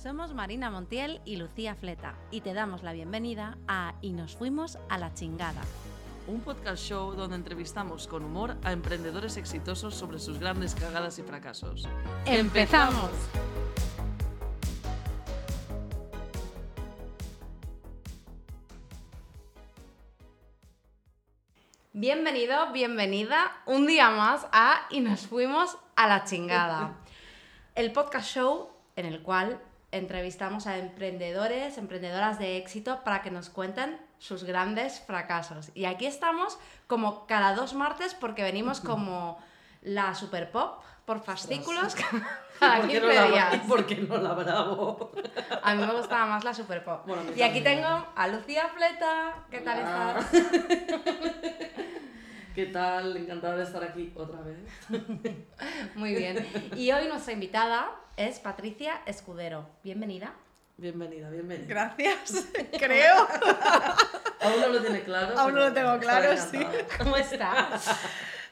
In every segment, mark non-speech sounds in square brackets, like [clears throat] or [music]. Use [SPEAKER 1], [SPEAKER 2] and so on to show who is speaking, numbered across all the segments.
[SPEAKER 1] Somos Marina Montiel y Lucía Fleta y te damos la bienvenida a Y nos fuimos a la chingada.
[SPEAKER 2] Un podcast show donde entrevistamos con humor a emprendedores exitosos sobre sus grandes cagadas y fracasos.
[SPEAKER 1] ¡Empezamos! Bienvenido, bienvenida un día más a Y nos fuimos a la chingada. El podcast show en el cual entrevistamos a emprendedores, emprendedoras de éxito para que nos cuenten sus grandes fracasos. Y aquí estamos como cada dos martes porque venimos como la super pop por
[SPEAKER 2] [laughs]
[SPEAKER 1] fascículos [laughs] cada
[SPEAKER 2] ¿Por qué
[SPEAKER 1] 15
[SPEAKER 2] no la-
[SPEAKER 1] días.
[SPEAKER 2] ¿Y por qué no la bravo?
[SPEAKER 1] [laughs] A mí me gustaba más la super pop.
[SPEAKER 2] Bueno, a mí
[SPEAKER 1] y aquí
[SPEAKER 2] también. ¿eh?
[SPEAKER 1] tengo a Lucía Fleta. ¿Qué tal
[SPEAKER 2] Hola.
[SPEAKER 1] estás?
[SPEAKER 2] [laughs] ¿Qué tal? Encantada de estar aquí otra vez.
[SPEAKER 1] Muy bien. Y hoy nuestra invitada es Patricia Escudero. Bienvenida.
[SPEAKER 2] Bienvenida, bienvenida.
[SPEAKER 3] Gracias, [laughs] creo.
[SPEAKER 2] Aún no lo tiene claro.
[SPEAKER 3] Aún no
[SPEAKER 2] pero
[SPEAKER 3] lo tengo
[SPEAKER 2] estará
[SPEAKER 3] claro, sí.
[SPEAKER 2] encantada.
[SPEAKER 1] ¿Cómo estás?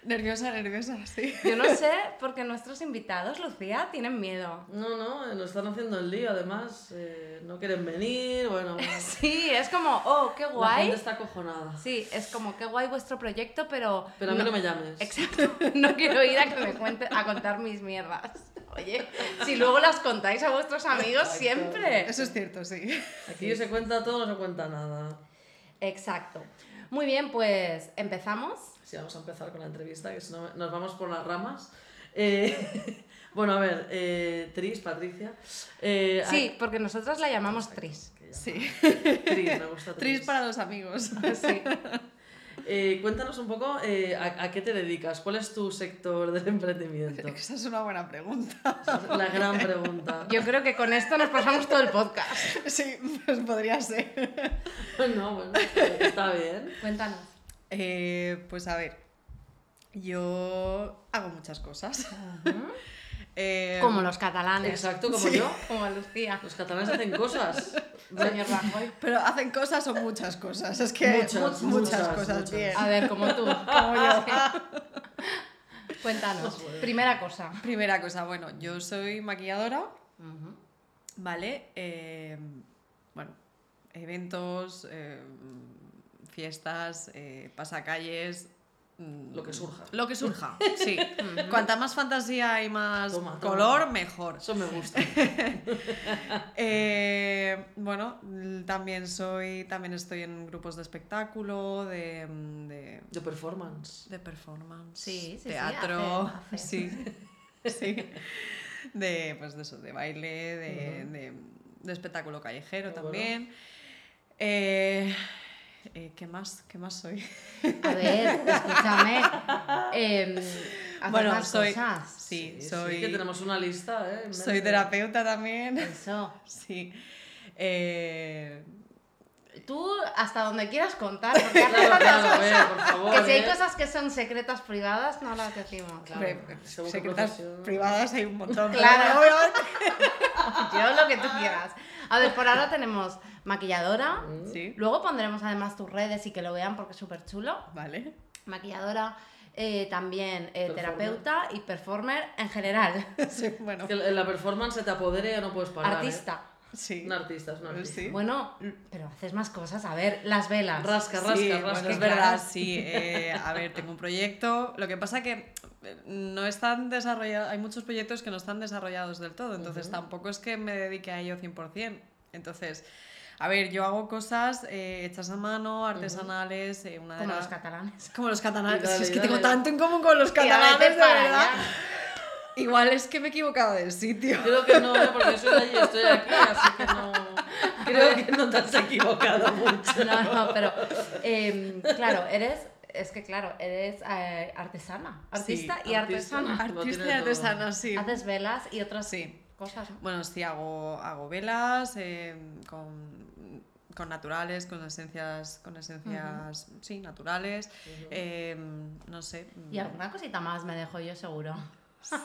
[SPEAKER 3] Nerviosa, nerviosa, sí.
[SPEAKER 1] Yo no sé, porque nuestros invitados, Lucía, tienen miedo.
[SPEAKER 2] No, no, eh, nos están haciendo el lío además. eh, no quieren venir,
[SPEAKER 3] [laughs]
[SPEAKER 2] bueno.
[SPEAKER 1] Sí, es como, oh, qué
[SPEAKER 2] La
[SPEAKER 1] guay.
[SPEAKER 2] gente está acojonada.
[SPEAKER 1] Sí, es como, qué guay vuestro proyecto, pero...
[SPEAKER 2] Pero a mí no, me
[SPEAKER 1] [laughs]
[SPEAKER 2] llames.
[SPEAKER 1] Exacto, no quiero ir a que me cuente, a contar mis mierdas. Oye, si luego las contáis a vuestros amigos
[SPEAKER 2] Exacto.
[SPEAKER 1] siempre.
[SPEAKER 3] Eso es cierto, sí.
[SPEAKER 2] Aquí se cuenta todo, no se cuenta nada.
[SPEAKER 1] Exacto. Muy bien, pues empezamos.
[SPEAKER 2] Sí, vamos a empezar con la entrevista, que si no nos vamos por las ramas. Eh, [laughs] bueno, a ver, eh, Tris, Patricia. eh,
[SPEAKER 1] Sí, porque nosotros la llamamos Tris.
[SPEAKER 2] ay, que ya-
[SPEAKER 3] Sí.
[SPEAKER 2] Tris, me
[SPEAKER 3] [laughs]
[SPEAKER 2] gusta Tris.
[SPEAKER 3] Tris para los amigos.
[SPEAKER 1] Sí.
[SPEAKER 2] Eh, cuéntanos un poco eh, a, a qué te dedicas, cuál es tu sector del [laughs] emprendimiento.
[SPEAKER 3] Esa es una buena pregunta. [laughs]
[SPEAKER 2] Esa es La gran pregunta.
[SPEAKER 1] Yo creo que con esto nos pasamos todo el podcast.
[SPEAKER 3] Sí, pues podría ser.
[SPEAKER 2] [laughs] No, bueno, está bien.
[SPEAKER 1] Cuéntanos.
[SPEAKER 3] Eh, pues a ver, yo hago muchas cosas. [laughs] Eh,
[SPEAKER 1] Como los catalanes.
[SPEAKER 2] Exacto, como yo.
[SPEAKER 1] Como Lucía.
[SPEAKER 2] Los catalanes hacen cosas.
[SPEAKER 1] Señor Rajoy.
[SPEAKER 3] Pero hacen cosas o muchas cosas. Es que
[SPEAKER 2] Muchas,
[SPEAKER 3] muchas, muchas,
[SPEAKER 2] muchas,
[SPEAKER 3] cosas.
[SPEAKER 2] muchas.
[SPEAKER 3] Bien.
[SPEAKER 1] A ver, como tú.
[SPEAKER 3] Como yo.
[SPEAKER 1] Cuéntanos. Primera cosa.
[SPEAKER 3] [laughs] Primera cosa, bueno, yo soy maquilladora. Vale, eh, bueno, eventos, eh, fiestas, eh, pasacalles. mm,
[SPEAKER 2] Lo que surja.
[SPEAKER 3] Lo
[SPEAKER 2] [laughs]
[SPEAKER 3] que surja, sí. Cuanta más fantasía y más
[SPEAKER 2] Toma, toma.
[SPEAKER 3] color, mejor.
[SPEAKER 2] Eso me gusta.
[SPEAKER 3] Eh, bueno, l- también soy, también estoy en grupos de espectáculo, de, mm, de,
[SPEAKER 2] De performance.
[SPEAKER 3] de performance,
[SPEAKER 1] Sí, sí, sí,
[SPEAKER 3] teatro,
[SPEAKER 1] hace- hace.
[SPEAKER 3] [laughs] sí, sí. De, pues de eso, de baile, de, de- de espectáculo callejero
[SPEAKER 2] Qué bueno.
[SPEAKER 3] también. Eh, eh, ¿Qué más? ¿Qué más soy?
[SPEAKER 1] A ver, escúchame. Eh, hacer más
[SPEAKER 3] soy,
[SPEAKER 1] cosas.
[SPEAKER 3] sí,
[SPEAKER 2] Sí,
[SPEAKER 3] soy,
[SPEAKER 2] sí, que tenemos una lista, ¿eh? En
[SPEAKER 3] soy
[SPEAKER 2] mente.
[SPEAKER 3] terapeuta también, [laughs]
[SPEAKER 1] Eso.
[SPEAKER 3] sí. Eh,
[SPEAKER 1] Tú hasta donde quieras contar. Porque hace
[SPEAKER 2] Claro,
[SPEAKER 1] falta
[SPEAKER 2] claro, a
[SPEAKER 1] cosas.
[SPEAKER 2] ver,
[SPEAKER 3] [laughs]
[SPEAKER 2] por favor.
[SPEAKER 1] Que si hay
[SPEAKER 2] ¿eh?
[SPEAKER 1] cosas que son secretas privadas, no las decimos.
[SPEAKER 2] Claro,
[SPEAKER 3] hombre,
[SPEAKER 2] según qué
[SPEAKER 3] secretas
[SPEAKER 2] profesión.
[SPEAKER 3] privadas hay un montón. pero
[SPEAKER 1] Claro.
[SPEAKER 3] bueno, obviamente-
[SPEAKER 1] Yo lo que tú quieras. A ver, por ahora tenemos maquilladora.
[SPEAKER 3] Sí,
[SPEAKER 1] Luego pondremos además tus redes y que lo vean porque es súper chulo.
[SPEAKER 3] vale.
[SPEAKER 1] Maquilladora, eh, también eh,
[SPEAKER 2] Performer.
[SPEAKER 1] terapeuta y performer en general.
[SPEAKER 3] Sí, bueno,
[SPEAKER 2] Que en la performance se te apodere y no puedes parar. ¿eh?
[SPEAKER 1] Artista.
[SPEAKER 3] sí.
[SPEAKER 2] Un artista, es un artista.
[SPEAKER 3] Sí.
[SPEAKER 1] Bueno, mm, pero haces más cosas. A ver, las velas.
[SPEAKER 2] Rasca, rasca,
[SPEAKER 3] Sí,
[SPEAKER 2] rasca.
[SPEAKER 3] bueno, es
[SPEAKER 1] claro.
[SPEAKER 3] verdad, sí. eh, a ver, tengo un proyecto. Lo que pasa que eh, no están desarrollados, hay muchos proyectos que no están desarrollados del todo, entonces tampoco es que me dedique a ello 100%. Entonces, a ver, yo hago cosas eh, hechas a mano, artesanales, eh, una de
[SPEAKER 1] Como
[SPEAKER 3] las-
[SPEAKER 1] los catalanes.
[SPEAKER 3] [laughs] Como los catalanes.
[SPEAKER 2] Y dale,
[SPEAKER 3] es
[SPEAKER 2] y
[SPEAKER 3] que
[SPEAKER 2] dale,
[SPEAKER 3] tengo
[SPEAKER 2] dale.
[SPEAKER 3] tanto en común con los
[SPEAKER 1] Tía,
[SPEAKER 3] catalanes,
[SPEAKER 1] vete
[SPEAKER 3] de
[SPEAKER 1] para
[SPEAKER 3] verdad.
[SPEAKER 1] allá.
[SPEAKER 3] Igual es que me he equivocado del sitio.
[SPEAKER 2] Creo que no, ¿eh? porque soy de allí y estoy aquí, así que no. Creo que no te has equivocado
[SPEAKER 1] [laughs]
[SPEAKER 2] mucho.
[SPEAKER 1] No, no, pero em, claro, eres, es que claro, eres eh, artesana, artista y
[SPEAKER 2] artista.
[SPEAKER 1] artesana.
[SPEAKER 2] [laughs] Lo tiene
[SPEAKER 3] Artista y
[SPEAKER 2] todo.
[SPEAKER 3] artesana, sí.
[SPEAKER 1] Haces velas y otras
[SPEAKER 3] Sí.
[SPEAKER 1] cosas. ¿no?
[SPEAKER 3] Bueno, sí, hago, hago velas eh, con, con naturales, con esencias, con esencias sí, naturales. eh, no sé.
[SPEAKER 1] [laughs] Y alguna cosita más me dejo yo seguro.
[SPEAKER 3] Sí.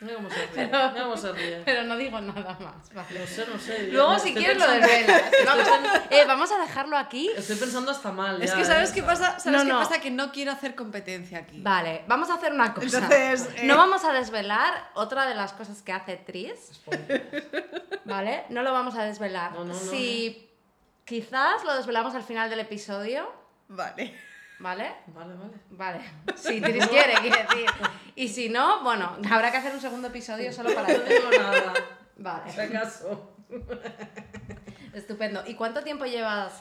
[SPEAKER 2] Mira cómo se ríe.
[SPEAKER 1] Pero-
[SPEAKER 2] Mira cómo se ríe.
[SPEAKER 1] Pero no digo nada más, ¿vale?
[SPEAKER 2] No sé, no sé. yo
[SPEAKER 1] Luego,
[SPEAKER 2] no-
[SPEAKER 1] si
[SPEAKER 2] estoy
[SPEAKER 1] quieres, lo desvelas. [laughs] Vamos, a- eh, vamos a dejarlo aquí.
[SPEAKER 2] Estoy pensando hasta mal.
[SPEAKER 3] Es
[SPEAKER 2] ya,
[SPEAKER 3] que
[SPEAKER 2] ¿eh?
[SPEAKER 3] sabes qué pasa, sabes
[SPEAKER 1] No,
[SPEAKER 3] qué
[SPEAKER 1] no.
[SPEAKER 3] pasa que no quiero hacer competencia aquí.
[SPEAKER 1] Vale, vamos a hacer una cosa.
[SPEAKER 3] Entonces, eh,
[SPEAKER 1] No vamos a desvelar otra de las cosas que hace Tris, ¿vale? No lo vamos a desvelar.
[SPEAKER 2] No, no, no.
[SPEAKER 1] si quizás lo desvelamos al final del episodio,
[SPEAKER 3] Vale.
[SPEAKER 1] ¿vale?
[SPEAKER 2] Vale, vale.
[SPEAKER 1] Vale, si Tris
[SPEAKER 2] [laughs]
[SPEAKER 1] quiere, quiere decir. Y si no, bueno, habrá que hacer un segundo episodio solo para
[SPEAKER 2] No
[SPEAKER 1] esto.
[SPEAKER 2] digo nada. Si
[SPEAKER 1] Vale,
[SPEAKER 2] acaso.
[SPEAKER 1] estupendo. ¿Y cuánto tiempo llevas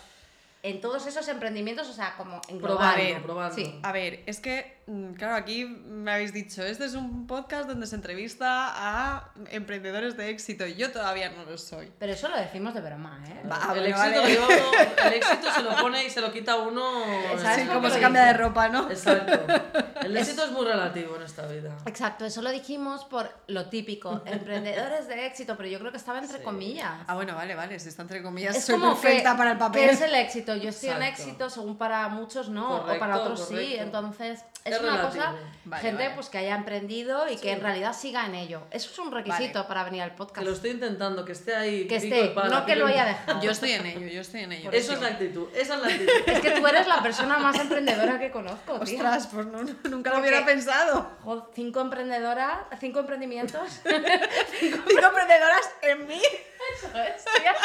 [SPEAKER 1] en todos esos emprendimientos? O sea, como en
[SPEAKER 2] Probando, probando.
[SPEAKER 1] Sí.
[SPEAKER 3] A ver, es que, mm, claro, aquí me habéis dicho, este es un podcast donde se entrevista a emprendedores de éxito. Yo todavía no lo soy.
[SPEAKER 1] Pero eso lo decimos de broma, ¿eh?
[SPEAKER 3] Va,
[SPEAKER 2] el,
[SPEAKER 3] bueno,
[SPEAKER 2] éxito
[SPEAKER 3] vale.
[SPEAKER 2] lo lleva- el éxito se lo pone y se lo quita uno.
[SPEAKER 1] ¿Sabes
[SPEAKER 3] Sí,
[SPEAKER 1] por
[SPEAKER 3] como
[SPEAKER 1] qué
[SPEAKER 3] se
[SPEAKER 1] lo
[SPEAKER 3] cambia de
[SPEAKER 1] dices?
[SPEAKER 3] ropa, ¿no?
[SPEAKER 2] Exacto. El éxito es muy relativo en esta vida.
[SPEAKER 1] Exacto, eso lo dijimos por lo
[SPEAKER 2] [laughs]
[SPEAKER 1] típico, emprendedores de éxito, pero yo creo que estaba entre
[SPEAKER 2] Sí.
[SPEAKER 1] comillas.
[SPEAKER 3] Ah, bueno, vale, vale, si está entre comillas,
[SPEAKER 1] Es
[SPEAKER 3] soy
[SPEAKER 1] como
[SPEAKER 3] perfecta
[SPEAKER 1] que,
[SPEAKER 3] para el
[SPEAKER 1] que
[SPEAKER 3] papel.
[SPEAKER 1] es el éxito. Yo estoy en
[SPEAKER 2] Exacto.
[SPEAKER 1] éxito, según para muchos no, o para
[SPEAKER 2] Correcto,
[SPEAKER 1] otros sí.
[SPEAKER 2] correcto.
[SPEAKER 1] Entonces, es,
[SPEAKER 2] Es
[SPEAKER 1] una
[SPEAKER 2] relativo.
[SPEAKER 1] cosa,
[SPEAKER 3] Vale,
[SPEAKER 1] gente
[SPEAKER 3] vale.
[SPEAKER 1] pues que haya emprendido y que en realidad siga en ello. Eso es un requisito
[SPEAKER 3] Vale.
[SPEAKER 1] para venir al
[SPEAKER 2] Que
[SPEAKER 1] podcast.
[SPEAKER 2] lo estoy intentando, que esté ahí.
[SPEAKER 1] Que
[SPEAKER 2] pico
[SPEAKER 1] esté,
[SPEAKER 2] y pala,
[SPEAKER 1] no que
[SPEAKER 2] pico
[SPEAKER 1] lo
[SPEAKER 2] y
[SPEAKER 1] haya
[SPEAKER 2] pala.
[SPEAKER 1] dejado.
[SPEAKER 3] Yo estoy en ello, yo estoy en ello.
[SPEAKER 2] Eso es la actitud, esa es la actitud.
[SPEAKER 1] Es que tú eres la persona más emprendedora que conozco, tío.
[SPEAKER 3] Ostras, pues no, no, nunca lo
[SPEAKER 1] Porque-
[SPEAKER 3] hubiera pensado.
[SPEAKER 1] Jo, cinco emprendedoras, cinco emprendimientos.
[SPEAKER 3] [laughs] Cinco emprendedoras en mí.
[SPEAKER 1] es, tía.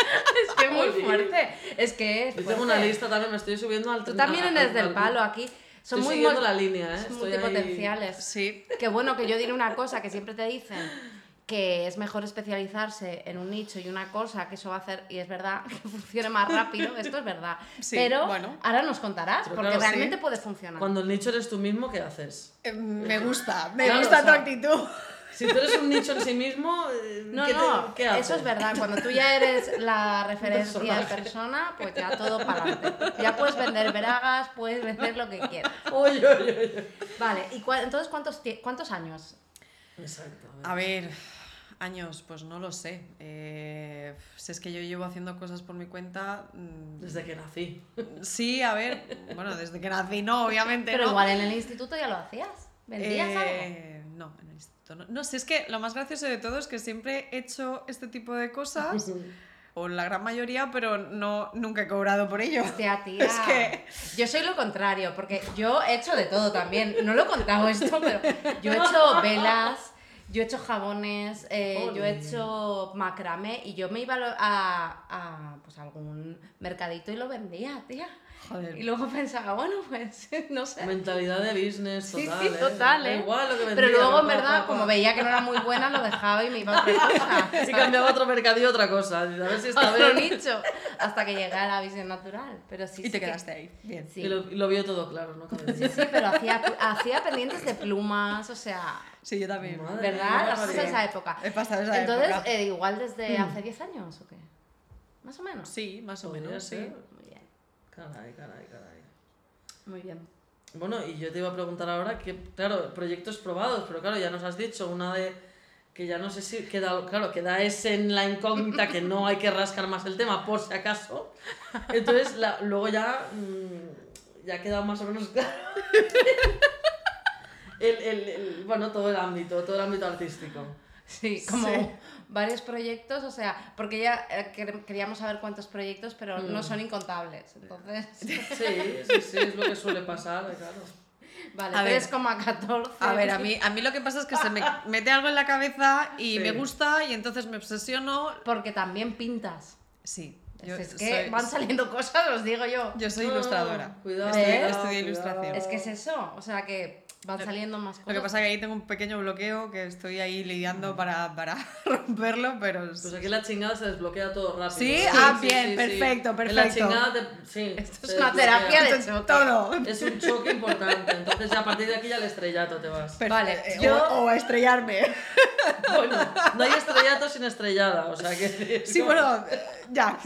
[SPEAKER 1] Es que muy fuerte. Es que es
[SPEAKER 2] Yo tengo
[SPEAKER 1] fuerte.
[SPEAKER 2] una lista también, me estoy subiendo al
[SPEAKER 1] Tú
[SPEAKER 2] tren-
[SPEAKER 1] también
[SPEAKER 2] al-
[SPEAKER 1] eres
[SPEAKER 2] al-
[SPEAKER 1] del
[SPEAKER 2] al-
[SPEAKER 1] palo aquí. Son muy
[SPEAKER 2] Estoy siguiendo
[SPEAKER 1] mul-
[SPEAKER 2] la línea, ¿eh?
[SPEAKER 1] son
[SPEAKER 2] Estoy ahí-
[SPEAKER 1] multipotenciales.
[SPEAKER 3] Sí.
[SPEAKER 1] Qué bueno que yo diré una cosa que siempre te dicen que es mejor especializarse en un nicho y una cosa que eso va a hacer y es verdad [laughs] que funcione más rápido esto es verdad
[SPEAKER 3] Sí,
[SPEAKER 1] pero
[SPEAKER 3] bueno.
[SPEAKER 1] ahora nos contarás
[SPEAKER 2] Pero
[SPEAKER 1] porque
[SPEAKER 2] claro, sí.
[SPEAKER 1] realmente puede funcionar
[SPEAKER 2] Cuando el nicho eres tú mismo, ¿qué haces?
[SPEAKER 3] Eh, Me gusta, me
[SPEAKER 2] Claro,
[SPEAKER 3] gusta
[SPEAKER 2] o sea,
[SPEAKER 3] tu actitud.
[SPEAKER 2] Si tú eres un nicho en sí mismo, eh,
[SPEAKER 1] no
[SPEAKER 2] ¿qué, te-
[SPEAKER 1] no
[SPEAKER 2] qué haces?
[SPEAKER 1] eso es verdad cuando tú ya eres
[SPEAKER 2] [laughs]
[SPEAKER 1] la referencia en
[SPEAKER 2] personaje.
[SPEAKER 1] persona pues ya todo para adelante ya puedes vender veragas puedes vender lo que quieras
[SPEAKER 2] [laughs] Oy, oy, oy, oy.
[SPEAKER 1] vale y cua- entonces cuántos tie- cuántos años
[SPEAKER 2] Exacto. a ver.
[SPEAKER 3] A ver, años, pues no lo sé. Eh, si es que yo llevo haciendo cosas por mi cuenta. mm,
[SPEAKER 2] Desde que nací.
[SPEAKER 3] Sí, a ver, bueno, desde que nací, no, obviamente.
[SPEAKER 1] pero
[SPEAKER 3] no.
[SPEAKER 1] igual en el instituto ya lo hacías vendías algo
[SPEAKER 3] Eh, No, en el instituto no. No sé, es que lo más gracioso de todo es que siempre he hecho este tipo
[SPEAKER 1] [laughs]
[SPEAKER 3] de cosas, o la gran mayoría, pero no, nunca he cobrado por ello. [laughs]
[SPEAKER 1] Hostia, tía.
[SPEAKER 3] Es que-
[SPEAKER 1] Yo soy lo contrario, porque yo he hecho de todo también. No lo he contado esto, [laughs] pero yo he hecho velas, yo he hecho jabones, eh, yo he
[SPEAKER 2] Ole.
[SPEAKER 1] hecho macramé y yo me iba a, lo- a- a, pues, algún mercadito y lo vendía, tía.
[SPEAKER 3] Joder.
[SPEAKER 1] Y luego [laughs] pensaba, bueno, pues [laughs] no sé.
[SPEAKER 2] Mentalidad de business,
[SPEAKER 1] Sí,
[SPEAKER 2] total.
[SPEAKER 1] sí,
[SPEAKER 2] ¿eh?
[SPEAKER 1] total,
[SPEAKER 2] Da
[SPEAKER 1] ¿eh?
[SPEAKER 2] Igual lo que vendía,
[SPEAKER 1] Pero luego, en
[SPEAKER 2] pa, pa,
[SPEAKER 1] verdad,
[SPEAKER 2] pa.
[SPEAKER 1] como veía que no era muy buena, lo dejaba y me iba a
[SPEAKER 3] [laughs]
[SPEAKER 1] otra cosa.
[SPEAKER 2] Y
[SPEAKER 1] ¿sabes?
[SPEAKER 2] cambiaba otro mercadillo, otra cosa. Dice, A ver si
[SPEAKER 1] A
[SPEAKER 2] esta
[SPEAKER 1] otro
[SPEAKER 2] vez.
[SPEAKER 1] nicho. Hasta que llegué a la visión natural. Pero sí,
[SPEAKER 3] Y te
[SPEAKER 1] sí que-
[SPEAKER 3] quedaste ahí.
[SPEAKER 1] [laughs]
[SPEAKER 3] Bien.
[SPEAKER 1] Sí.
[SPEAKER 2] Y, lo, y lo vio todo claro, ¿no? Cabe
[SPEAKER 1] Sí,
[SPEAKER 2] duda.
[SPEAKER 1] sí, pero hacía, hacía pendientes de plumas, o sea,
[SPEAKER 3] Sí, yo también.
[SPEAKER 2] Madre mía,
[SPEAKER 1] ¿verdad? Las cosas de
[SPEAKER 2] María.
[SPEAKER 1] esa época.
[SPEAKER 3] He pasado esa
[SPEAKER 1] Entonces,
[SPEAKER 3] época. Mm.
[SPEAKER 1] eh, igual desde hace 10 años o qué? Más o menos.
[SPEAKER 3] Sí, más o
[SPEAKER 2] Podría
[SPEAKER 3] menos, sí.
[SPEAKER 2] ser.
[SPEAKER 1] Muy bien,
[SPEAKER 2] ¿eh? Caray, caray, caray.
[SPEAKER 1] muy bien.
[SPEAKER 2] Bueno, y yo te iba a preguntar ahora que, claro, proyectos probados, pero claro, ya nos has dicho una de que ya no sé si queda, claro, queda ese en la incógnita que no hay que rascar más el tema por si acaso. Entonces, la- luego ya mm, ya ha quedado más o menos claro. El, el- el- bueno, todo el ámbito, todo el ámbito artístico.
[SPEAKER 1] Sí, como
[SPEAKER 3] Sí.
[SPEAKER 1] varios proyectos, o sea, porque ya eh, quer- queríamos saber cuántos proyectos, pero
[SPEAKER 3] Mm.
[SPEAKER 1] no son incontables.
[SPEAKER 3] [laughs]
[SPEAKER 1] Entonces,
[SPEAKER 2] Sí, sí, sí, es lo que suele pasar, eh, claro.
[SPEAKER 1] vale,
[SPEAKER 3] A ver.
[SPEAKER 1] 3,14.
[SPEAKER 3] A ver, a mí, a mí lo que pasa es que se me mete algo en la cabeza y
[SPEAKER 2] Sí.
[SPEAKER 3] me gusta y entonces me obsesiono.
[SPEAKER 1] Porque también pintas.
[SPEAKER 3] Sí,
[SPEAKER 1] Es-
[SPEAKER 3] yo
[SPEAKER 1] es que
[SPEAKER 3] soy,
[SPEAKER 1] van saliendo cosas, os digo yo.
[SPEAKER 3] yo soy
[SPEAKER 2] No,
[SPEAKER 3] ilustradora.
[SPEAKER 2] cuidado,
[SPEAKER 3] Estudié-
[SPEAKER 1] ¿Eh?
[SPEAKER 3] estudié
[SPEAKER 2] cuidado.
[SPEAKER 3] ilustración.
[SPEAKER 1] Es que es eso, o sea, que van saliendo más cosas.
[SPEAKER 3] Lo que pasa es que ahí tengo un pequeño bloqueo que estoy ahí lidiando para, para [laughs] romperlo, pero...
[SPEAKER 2] Pues aquí la chingada se desbloquea todo rápido.
[SPEAKER 3] ¿Sí?
[SPEAKER 2] ¿eh?
[SPEAKER 3] Ah, bien, perfecto,
[SPEAKER 2] En la
[SPEAKER 3] perfecto.
[SPEAKER 2] chingada te- sí,
[SPEAKER 1] Esto es
[SPEAKER 2] se
[SPEAKER 1] una
[SPEAKER 2] desbloquea.
[SPEAKER 1] terapia de
[SPEAKER 3] Entonces,
[SPEAKER 1] choque.
[SPEAKER 3] todo.
[SPEAKER 2] Es un choque importante, entonces ya a partir de aquí ya al estrellato te vas.
[SPEAKER 3] Pero-
[SPEAKER 1] Vale,
[SPEAKER 3] eh,
[SPEAKER 1] yo-
[SPEAKER 3] o, o a estrellarme. [laughs]
[SPEAKER 2] Bueno, no hay estrellato sin estrellada, o sea que...
[SPEAKER 3] Sí, bueno, eh, ya.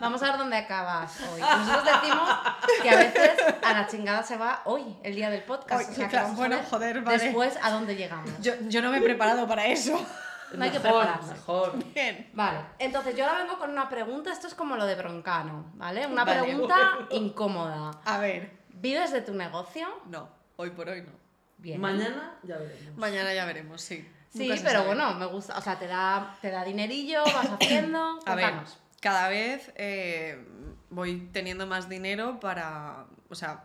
[SPEAKER 1] Vamos a ver dónde acabas hoy. Nosotros decimos que a veces a la chingada se va hoy, el día del podcast.
[SPEAKER 3] Hoy,
[SPEAKER 1] o sea, que
[SPEAKER 3] claro,
[SPEAKER 1] vamos a
[SPEAKER 3] bueno,
[SPEAKER 1] ver
[SPEAKER 3] joder, vale.
[SPEAKER 1] Después, ¿a dónde llegamos?
[SPEAKER 3] Yo, yo no me he preparado para eso.
[SPEAKER 1] no hay que
[SPEAKER 2] mejor,
[SPEAKER 1] prepararse.
[SPEAKER 2] mejor.
[SPEAKER 3] [laughs] Bien.
[SPEAKER 1] Vale, entonces yo ahora vengo con una pregunta, esto es como lo de Broncano, ¿vale? Una
[SPEAKER 3] Vale.
[SPEAKER 1] pregunta incómoda.
[SPEAKER 3] A ver,
[SPEAKER 1] ¿Vives de tu negocio?
[SPEAKER 3] no, hoy por hoy no.
[SPEAKER 1] Bien.
[SPEAKER 2] Mañana ya veremos.
[SPEAKER 3] Mañana ya veremos, sí.
[SPEAKER 1] Sí,
[SPEAKER 3] Nunca se
[SPEAKER 1] pero
[SPEAKER 3] sabe.
[SPEAKER 1] bueno, me gusta. O sea, te da, te da dinerillo, vas haciendo.
[SPEAKER 3] [clears throat] A ver,
[SPEAKER 1] cuéntanos.
[SPEAKER 3] cada vez eh, voy teniendo más dinero para. O sea.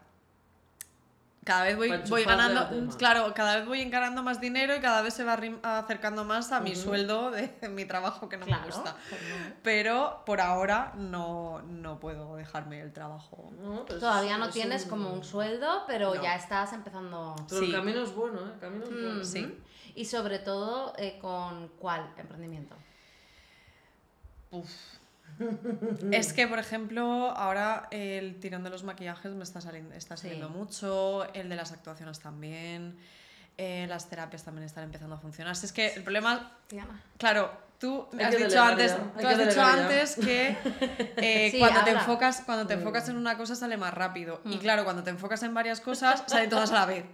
[SPEAKER 3] Cada vez voy,
[SPEAKER 2] Para
[SPEAKER 3] voy
[SPEAKER 2] enchufarle
[SPEAKER 3] ganando.
[SPEAKER 2] al tema.
[SPEAKER 3] Claro, cada vez voy encarando más dinero y cada vez se va arrim- acercando más a mi
[SPEAKER 2] Ujú.
[SPEAKER 3] sueldo de, [laughs] de mi trabajo que no
[SPEAKER 1] claro.
[SPEAKER 3] me gusta.
[SPEAKER 1] pues
[SPEAKER 3] Pero por ahora no, no puedo dejarme el trabajo.
[SPEAKER 2] No, pero
[SPEAKER 1] no.
[SPEAKER 2] es-
[SPEAKER 1] Todavía no
[SPEAKER 2] es
[SPEAKER 1] tienes como un sueldo, pero
[SPEAKER 3] No.
[SPEAKER 1] ya estás empezando.
[SPEAKER 2] Pero
[SPEAKER 3] Sí.
[SPEAKER 2] el camino es bueno, ¿eh? El camino
[SPEAKER 1] Mm.
[SPEAKER 2] es bueno.
[SPEAKER 3] Sí.
[SPEAKER 1] Ujú. Y sobre todo, eh, ¿con cuál emprendimiento?
[SPEAKER 3] Es que, por ejemplo, ahora el tirón de los maquillajes me está saliendo, está
[SPEAKER 1] Sí.
[SPEAKER 3] saliendo mucho, el de las actuaciones también, eh, las terapias también están empezando a funcionar. Si es que el problema,
[SPEAKER 1] Diana.
[SPEAKER 3] claro, tú
[SPEAKER 2] Hay
[SPEAKER 3] has
[SPEAKER 2] que
[SPEAKER 3] dicho
[SPEAKER 2] delegar
[SPEAKER 3] antes,
[SPEAKER 2] ya, hay
[SPEAKER 3] tú
[SPEAKER 2] que
[SPEAKER 3] has dicho
[SPEAKER 2] delegar ya.
[SPEAKER 3] antes que eh,
[SPEAKER 1] Sí,
[SPEAKER 3] cuando, te
[SPEAKER 1] habla.
[SPEAKER 3] enfocas, cuando te enfocas en una cosa sale más rápido. Y claro, cuando te enfocas en varias cosas, salen todas a la vez.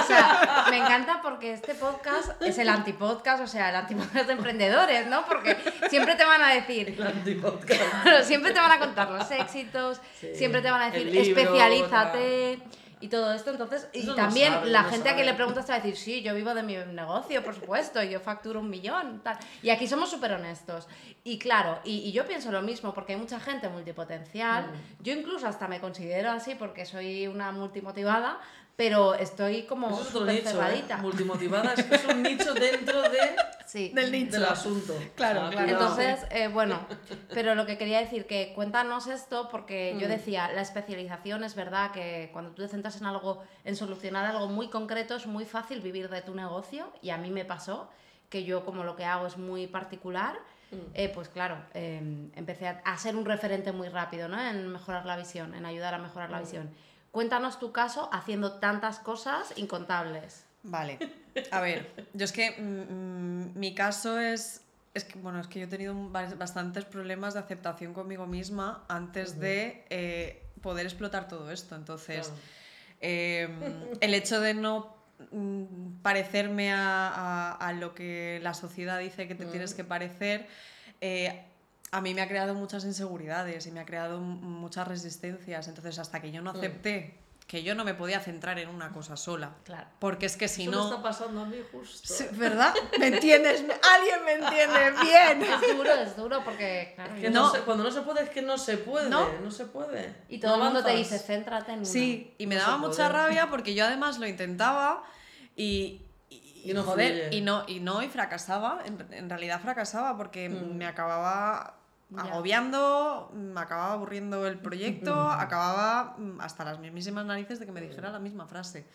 [SPEAKER 1] O sea, me encanta porque este podcast es el antipodcast, o sea, el antipodcast de emprendedores, ¿no? Porque siempre te van a decir,
[SPEAKER 2] El antipodcast.
[SPEAKER 1] Claro, siempre te van a contar los éxitos,
[SPEAKER 2] [laughs] Sí.
[SPEAKER 1] siempre te van a
[SPEAKER 2] El
[SPEAKER 1] decir
[SPEAKER 2] libro,
[SPEAKER 1] especialízate y todo esto. Entonces, y
[SPEAKER 2] Eso lo
[SPEAKER 1] también
[SPEAKER 2] sabe,
[SPEAKER 1] la
[SPEAKER 2] lo
[SPEAKER 1] gente a quien le
[SPEAKER 2] sabe.
[SPEAKER 1] preguntas te va a decir, sí, yo vivo de mi negocio, por supuesto, yo facturo un millón, tal. Y aquí somos súper honestos. Y claro, y, y yo pienso lo mismo, porque hay mucha gente multipotencial. Yo incluso hasta me considero así porque soy una multimotivada, pero estoy como
[SPEAKER 2] Eso es otro
[SPEAKER 1] súper
[SPEAKER 2] nicho, ¿eh?
[SPEAKER 1] cerradita.
[SPEAKER 2] Multimotivada es, es un nicho dentro de,
[SPEAKER 1] Sí.
[SPEAKER 3] Del nicho.
[SPEAKER 2] del asunto.
[SPEAKER 3] Claro,
[SPEAKER 2] O sea,
[SPEAKER 3] claro.
[SPEAKER 2] cuidado.
[SPEAKER 1] Entonces, eh, bueno, pero lo que quería decir, que cuéntanos esto, porque yo decía, la especialización es verdad que cuando tú te centras en algo, en solucionar algo muy concreto, es muy fácil vivir de tu negocio, y a mí me pasó que yo como lo que hago es muy particular, eh, pues claro, eh, empecé a, a ser un referente muy rápido, ¿no? En mejorar la visión, en ayudar a mejorar la visión. Cuéntanos tu caso haciendo tantas cosas incontables.
[SPEAKER 3] Vale. A ver, yo es que mm, mm, mi caso es. Es que, bueno, es que yo he tenido un- varios- bastantes problemas de aceptación conmigo misma antes de eh, poder explotar todo esto. Entonces,
[SPEAKER 2] Claro.
[SPEAKER 3] eh, el hecho de no mm, parecerme a, a- a lo que la sociedad dice que te tienes que parecer, eh, a mí me ha creado muchas inseguridades y me ha creado m- muchas resistencias. Entonces, hasta que yo no acepté que yo no me podía centrar en una cosa sola,
[SPEAKER 1] Claro.
[SPEAKER 3] porque es que si
[SPEAKER 2] Eso me
[SPEAKER 3] no...
[SPEAKER 2] está pasando a mí justo. [laughs]
[SPEAKER 3] Sí, ¿Verdad? ¿Me entiendes? Me- Alguien me entiende [laughs] bien.
[SPEAKER 1] Es duro, es duro, porque... Claro,
[SPEAKER 2] Que
[SPEAKER 1] yo-
[SPEAKER 2] no
[SPEAKER 3] No.
[SPEAKER 2] se- cuando no se puede es que no se puede,
[SPEAKER 3] No.
[SPEAKER 2] no, se puede.
[SPEAKER 1] Y todo el mundo te dice,
[SPEAKER 2] avanzas.
[SPEAKER 1] céntrate en una.
[SPEAKER 3] Sí, y me
[SPEAKER 2] No se
[SPEAKER 3] daba
[SPEAKER 2] puede.
[SPEAKER 3] mucha rabia porque yo además lo intentaba y.
[SPEAKER 2] Y no fluye.
[SPEAKER 3] y no, y no, y fracasaba, en, en realidad fracasaba porque
[SPEAKER 2] Mm.
[SPEAKER 3] me acababa
[SPEAKER 1] Ya.
[SPEAKER 3] agobiando, me acababa aburriendo el
[SPEAKER 2] [laughs]
[SPEAKER 3] proyecto, acababa mm, hasta las mismísimas narices de que me dijera la misma frase.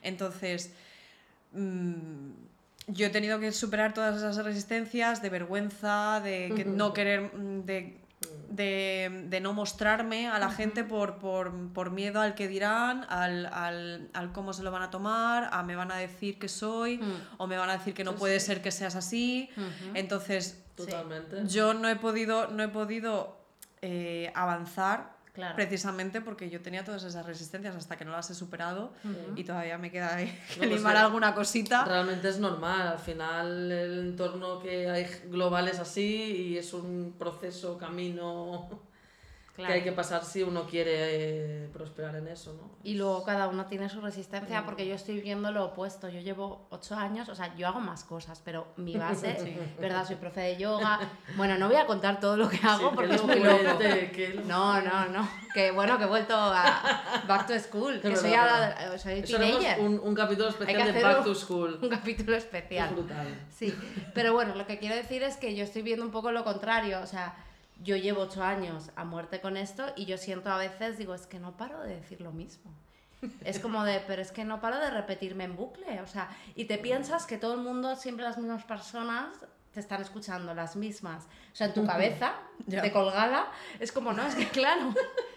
[SPEAKER 3] Entonces, mm, yo he tenido que superar todas esas resistencias de vergüenza, de que no querer, mm, de, de, de no mostrarme a la gente por, por- por miedo al que dirán, al, al- al cómo se lo van a tomar, a me van a decir que soy,
[SPEAKER 1] Mm.
[SPEAKER 3] o me van a decir que no
[SPEAKER 2] Sí,
[SPEAKER 3] puede
[SPEAKER 2] sí.
[SPEAKER 3] ser que seas así.
[SPEAKER 1] Ujú.
[SPEAKER 3] Entonces,
[SPEAKER 2] Totalmente.
[SPEAKER 3] yo no he podido, no he podido eh, avanzar
[SPEAKER 1] Claro.
[SPEAKER 3] precisamente porque yo tenía todas esas resistencias hasta que no las he superado
[SPEAKER 1] Ujú.
[SPEAKER 3] y todavía me queda ahí [laughs] que
[SPEAKER 2] No, pues
[SPEAKER 3] limar
[SPEAKER 2] sí.
[SPEAKER 3] alguna cosita.
[SPEAKER 2] Realmente es normal, al final el entorno que hay global es así y es un proceso, camino
[SPEAKER 1] Claro.
[SPEAKER 2] que hay que pasar si uno quiere eh, prosperar en eso, ¿no?
[SPEAKER 1] Y luego cada uno tiene su resistencia,
[SPEAKER 2] Mm.
[SPEAKER 1] porque yo estoy viendo lo opuesto. Yo llevo ocho años, o sea, yo hago más cosas, pero
[SPEAKER 2] [laughs]
[SPEAKER 1] mi base, ¿verdad? Soy profe de yoga. Bueno, no voy a contar todo lo que hago
[SPEAKER 2] Sí,
[SPEAKER 1] porque
[SPEAKER 2] que
[SPEAKER 1] es
[SPEAKER 2] lo
[SPEAKER 1] muy loco.
[SPEAKER 2] cuente, que lo-
[SPEAKER 1] No, no, no. Que bueno, que he vuelto a Back to School, que
[SPEAKER 2] Es
[SPEAKER 1] soy,
[SPEAKER 2] verdad,
[SPEAKER 1] a- eh, soy
[SPEAKER 2] Eso haremos
[SPEAKER 1] teenager.
[SPEAKER 2] un, un capítulo
[SPEAKER 1] Hay que
[SPEAKER 2] especial de
[SPEAKER 1] hacer
[SPEAKER 2] Back
[SPEAKER 1] un-
[SPEAKER 2] to School.
[SPEAKER 1] [laughs] Un capítulo
[SPEAKER 2] Es
[SPEAKER 1] especial.
[SPEAKER 2] brutal.
[SPEAKER 1] Sí, pero bueno, lo que quiero decir es que yo estoy viendo un poco lo contrario, o sea, yo llevo ocho años a muerte con esto y yo siento a veces, digo, es que no paro de decir lo mismo. Es como de, pero es que no paro de repetirme en bucle, o sea, y te piensas que todo el mundo, siempre las mismas personas te están escuchando, las mismas. O sea, en tu cabeza,
[SPEAKER 3] Ya.
[SPEAKER 1] de colgada, es como, no, es que
[SPEAKER 3] [laughs]
[SPEAKER 1] claro,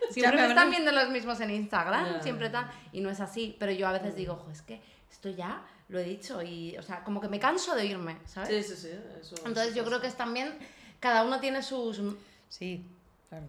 [SPEAKER 1] siempre
[SPEAKER 3] me
[SPEAKER 1] me están
[SPEAKER 3] habrán-
[SPEAKER 1] viendo los mismos en Instagram,
[SPEAKER 2] Ya.
[SPEAKER 1] siempre tal, y no es así, pero yo a veces digo, ojo, es que esto ya lo he dicho y, o sea, como que me canso de oírme, ¿sabes?
[SPEAKER 2] Sí, sí, sí. eso-
[SPEAKER 1] Entonces yo
[SPEAKER 2] eso
[SPEAKER 1] creo que es también, cada uno tiene sus,
[SPEAKER 3] Sí, claro.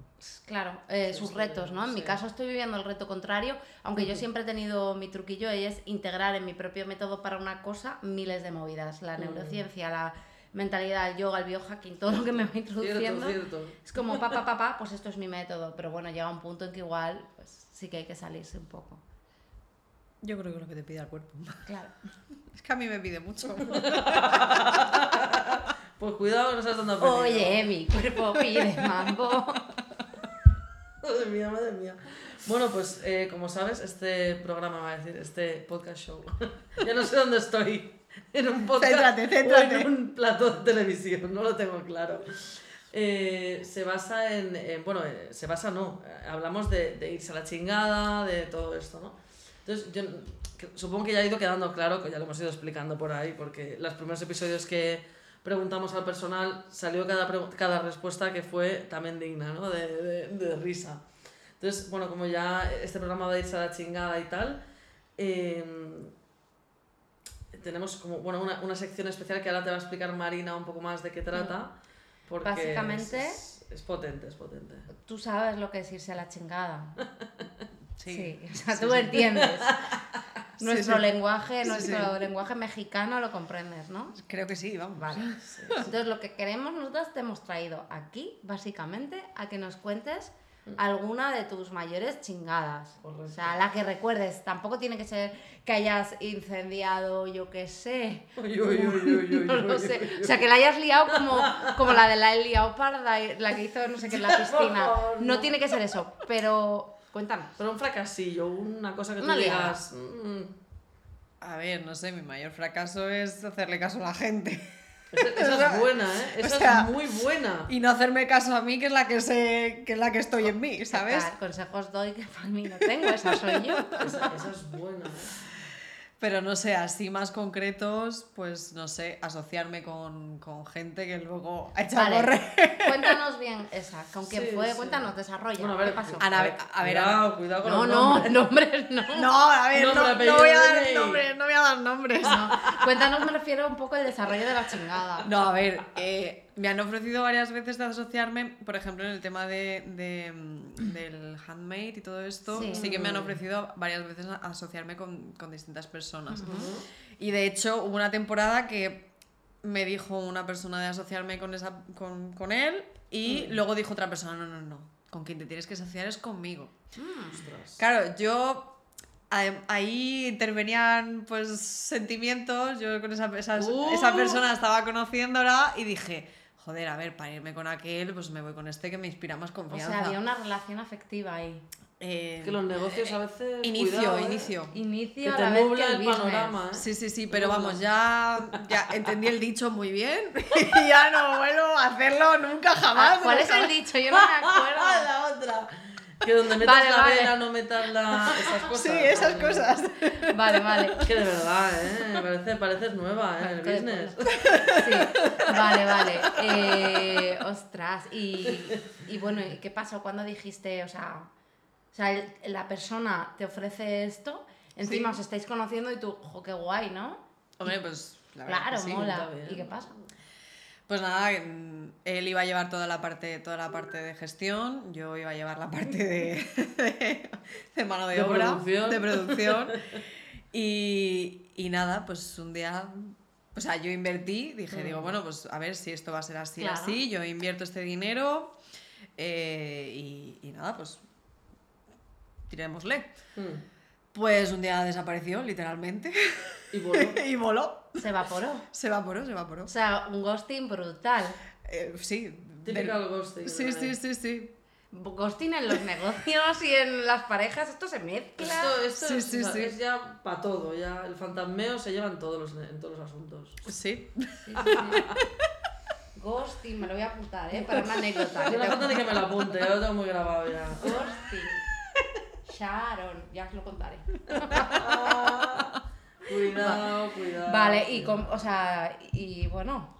[SPEAKER 1] claro, eh,
[SPEAKER 2] Sí,
[SPEAKER 1] sus
[SPEAKER 2] sí,
[SPEAKER 1] retos, ¿no? En mi
[SPEAKER 2] sí.
[SPEAKER 1] caso estoy viviendo el reto contrario, aunque yo siempre he tenido mi truquillo y es integrar en mi propio método para una cosa miles de movidas, la neurociencia, la mentalidad, el yoga, el biohacking, todo lo que me va
[SPEAKER 2] Cierto,
[SPEAKER 1] introduciendo.
[SPEAKER 2] cierto.
[SPEAKER 1] Es como, papá, papá, pa, pues esto es mi método, pero bueno, llega un punto en que igual, pues sí que hay que salirse un poco.
[SPEAKER 3] Yo creo que es lo que te pide el cuerpo.
[SPEAKER 1] Claro.
[SPEAKER 3] [laughs] Es que a mí me pide mucho.
[SPEAKER 2] Pues cuidado que no sabes dónde has venido.
[SPEAKER 1] Oye, mi
[SPEAKER 3] [laughs]
[SPEAKER 1] cuerpo pide mambo.
[SPEAKER 2] [laughs] Madre mía, madre mía. Bueno, pues eh, como sabes, este programa va a decir, este podcast show. [laughs] ya no sé dónde estoy. [laughs] En un podcast
[SPEAKER 3] Céntrate, céntrate.
[SPEAKER 2] o en un plato de televisión, no lo tengo claro. Eh, se basa en, en- bueno, eh, se basa no, eh, hablamos de, de irse a la chingada, de todo esto, ¿no? Entonces, yo n- que- supongo que ya ha ido quedando claro, que ya lo hemos ido explicando por ahí, porque los primeros episodios que preguntamos al personal salió cada, pregu- cada respuesta que fue también digna, ¿no? De, de- de risa. Entonces, bueno, como ya este programa de irse a la chingada y tal, eh, tenemos como, bueno, una, una sección especial que ahora te va a explicar Marina un poco más de qué trata. Porque es-
[SPEAKER 1] Básicamente-
[SPEAKER 2] Es, es potente, es potente.
[SPEAKER 1] [laughs] Tú sabes lo que es irse a la chingada. Sí, o sea,
[SPEAKER 3] Sí,
[SPEAKER 1] tú
[SPEAKER 3] sí. [laughs]
[SPEAKER 1] entiendes. Nuestro
[SPEAKER 3] sí.
[SPEAKER 1] lenguaje,
[SPEAKER 3] Sí,
[SPEAKER 1] nuestro
[SPEAKER 3] sí.
[SPEAKER 1] lenguaje mexicano lo comprendes, ¿no?
[SPEAKER 3] Creo que sí, vamos.
[SPEAKER 1] Vale. Entonces, lo que queremos, nosotras te hemos traído aquí, básicamente, a que nos cuentes alguna de tus mayores chingadas. O sea,
[SPEAKER 2] Correcto.
[SPEAKER 1] la que recuerdes. Tampoco tiene que ser que hayas incendiado, yo qué sé.
[SPEAKER 2] Uy, uy, uy, [laughs] uy, uy,
[SPEAKER 1] No lo
[SPEAKER 2] uy,
[SPEAKER 1] sé.
[SPEAKER 2] uy, uy.
[SPEAKER 1] O sea, que la hayas liado como, como la de la he liado parda, y la que hizo no sé
[SPEAKER 2] [laughs]
[SPEAKER 1] qué en la piscina.
[SPEAKER 2] favor,
[SPEAKER 1] No
[SPEAKER 2] no.
[SPEAKER 1] tiene que ser eso, pero cuéntanos.
[SPEAKER 2] Pero un fracasillo, una cosa que tú
[SPEAKER 1] Una liada.
[SPEAKER 2] digas. mm,
[SPEAKER 1] [laughs]
[SPEAKER 3] A ver, no sé, mi mayor fracaso es hacerle caso a la gente. [laughs]
[SPEAKER 2] esa, esa
[SPEAKER 3] O sea,
[SPEAKER 2] es buena, ¿eh?
[SPEAKER 3] o
[SPEAKER 2] Esa
[SPEAKER 3] sea,
[SPEAKER 2] es muy buena.
[SPEAKER 3] Y no hacerme caso a mí, que es la que sé, que es la que estoy en mí, ¿sabes?
[SPEAKER 1] Total, consejos doy que para mí no tengo, esa soy
[SPEAKER 2] [laughs]
[SPEAKER 1] yo.
[SPEAKER 2] Esa, esa es buena. ¿eh?
[SPEAKER 3] Pero no sé, así más concretos, pues no sé, asociarme con, con gente que luego ha echado a
[SPEAKER 1] Vale, [laughs]
[SPEAKER 3] correr.
[SPEAKER 1] cuéntanos bien esa, con quién
[SPEAKER 2] Sí,
[SPEAKER 1] fue,
[SPEAKER 2] sí.
[SPEAKER 1] cuéntanos, desarrolla,
[SPEAKER 2] Bueno, a ver,
[SPEAKER 1] ¿qué pasó?
[SPEAKER 3] Ana, a ver, a ver,
[SPEAKER 2] cuidado,
[SPEAKER 3] Ana.
[SPEAKER 2] cuidado con
[SPEAKER 1] No,
[SPEAKER 2] los
[SPEAKER 1] no,
[SPEAKER 2] nombres.
[SPEAKER 1] nombres no.
[SPEAKER 3] No, a ver,
[SPEAKER 2] Nombre,
[SPEAKER 3] no, no
[SPEAKER 2] apellido,
[SPEAKER 3] voy a dar
[SPEAKER 2] DNI.
[SPEAKER 3] nombres, no voy a dar nombres.
[SPEAKER 1] No. Cuéntanos, me refiero un poco al desarrollo de la chingada. [laughs]
[SPEAKER 3] No, a ver, eh, me han ofrecido varias veces de asociarme, por ejemplo, en el tema de, de, mm, del handmade y todo esto,
[SPEAKER 1] Sí.
[SPEAKER 3] sí, que me han ofrecido varias veces a- asociarme con, con distintas personas.
[SPEAKER 2] Ujú.
[SPEAKER 3] Y de hecho, hubo una temporada que me dijo una persona de asociarme con, esa, con, con él y luego dijo otra persona, no, no, no, con quien te tienes que asociar es conmigo.
[SPEAKER 2] Ostras.
[SPEAKER 3] Claro, yo... adem- Ahí intervenían pues sentimientos, yo con esa, esa,
[SPEAKER 2] Uh.
[SPEAKER 3] esa persona estaba conociéndola y dije, joder, a ver, para irme con aquel, pues me voy con este que me inspira más
[SPEAKER 1] O
[SPEAKER 3] confianza.
[SPEAKER 1] sea, había una relación afectiva ahí.
[SPEAKER 3] Eh,
[SPEAKER 2] Que los negocios a veces.
[SPEAKER 3] Inicio,
[SPEAKER 2] cuidado, ¿eh?
[SPEAKER 3] inicio.
[SPEAKER 2] Que
[SPEAKER 1] Inicio a
[SPEAKER 2] te
[SPEAKER 1] la vez que
[SPEAKER 2] nubla
[SPEAKER 1] el,
[SPEAKER 2] el
[SPEAKER 1] business.
[SPEAKER 2] panorama, ¿eh?
[SPEAKER 3] [laughs] Sí, sí, sí, pero
[SPEAKER 2] No,
[SPEAKER 3] vamos,
[SPEAKER 2] no.
[SPEAKER 3] ya, ya entendí el dicho muy bien [laughs] y ya no vuelvo a hacerlo nunca jamás.
[SPEAKER 1] Ah, ¿Cuál es el dicho? Yo no me
[SPEAKER 2] [laughs]
[SPEAKER 3] Ah,
[SPEAKER 1] acuerdo.
[SPEAKER 2] la otra. Que donde metas
[SPEAKER 1] Vale,
[SPEAKER 2] la
[SPEAKER 1] vale.
[SPEAKER 2] vela no metas la... esas cosas.
[SPEAKER 3] Sí, esas
[SPEAKER 2] Ay,
[SPEAKER 3] cosas.
[SPEAKER 1] Vale, vale.
[SPEAKER 2] Que de verdad, ¿eh? Parece, pareces nueva, ¿eh? En el
[SPEAKER 1] Parezco de
[SPEAKER 2] business.
[SPEAKER 1] Sí, vale, vale. Eh, ostras, y, y bueno, ¿y ¿qué pasó cuando dijiste, o sea, o sea el- la persona te ofrece esto, encima
[SPEAKER 3] Sí.
[SPEAKER 1] os estáis conociendo y tú, jo, qué guay, ¿no?
[SPEAKER 3] Hombre, pues la verdad
[SPEAKER 1] Claro,
[SPEAKER 3] que sí.
[SPEAKER 1] mola.
[SPEAKER 2] está bien.
[SPEAKER 1] ¿Y qué pasa?
[SPEAKER 3] Pues nada, mm, él iba a llevar toda la parte, toda la parte de gestión, yo iba a llevar la parte de, [laughs] de, mano de,
[SPEAKER 2] De
[SPEAKER 3] obra,
[SPEAKER 2] producción.
[SPEAKER 3] de producción. Y, y nada, pues un día, o sea, yo invertí, dije, digo, bueno, pues a ver si esto va a ser así,
[SPEAKER 1] Claro.
[SPEAKER 3] así, yo invierto este dinero eh, y, y nada, pues tirémosle.
[SPEAKER 2] Mm.
[SPEAKER 3] Pues un día desapareció, literalmente,
[SPEAKER 2] Y bueno,
[SPEAKER 3] [laughs] y voló.
[SPEAKER 1] Se evaporó.
[SPEAKER 3] Se evaporó, se evaporó.
[SPEAKER 1] O sea, un ghosting brutal.
[SPEAKER 3] Eh, sí. del-
[SPEAKER 2] típico ghosting.
[SPEAKER 3] Sí, sí, sí, sí.
[SPEAKER 1] Ghosting en los negocios y en las parejas, esto se mezcla.
[SPEAKER 2] Esto, esto
[SPEAKER 3] Sí,
[SPEAKER 2] es,
[SPEAKER 3] sí,
[SPEAKER 2] o sea,
[SPEAKER 3] sí.
[SPEAKER 2] es ya para todo, ya el fantasmeo se lleva en todos los, en todos los asuntos.
[SPEAKER 3] Sí.
[SPEAKER 1] Sí, sí. Ghosting, me lo voy a apuntar, ¿eh? Para una anécdota.
[SPEAKER 3] [laughs]
[SPEAKER 2] Yo la falta de que me la apunte, ya lo tengo muy grabado ya.
[SPEAKER 1] Ghosting. Sharon, ya os lo contaré.
[SPEAKER 2] Cuidado, cuidado.
[SPEAKER 1] Vale, y con, o sea, y bueno,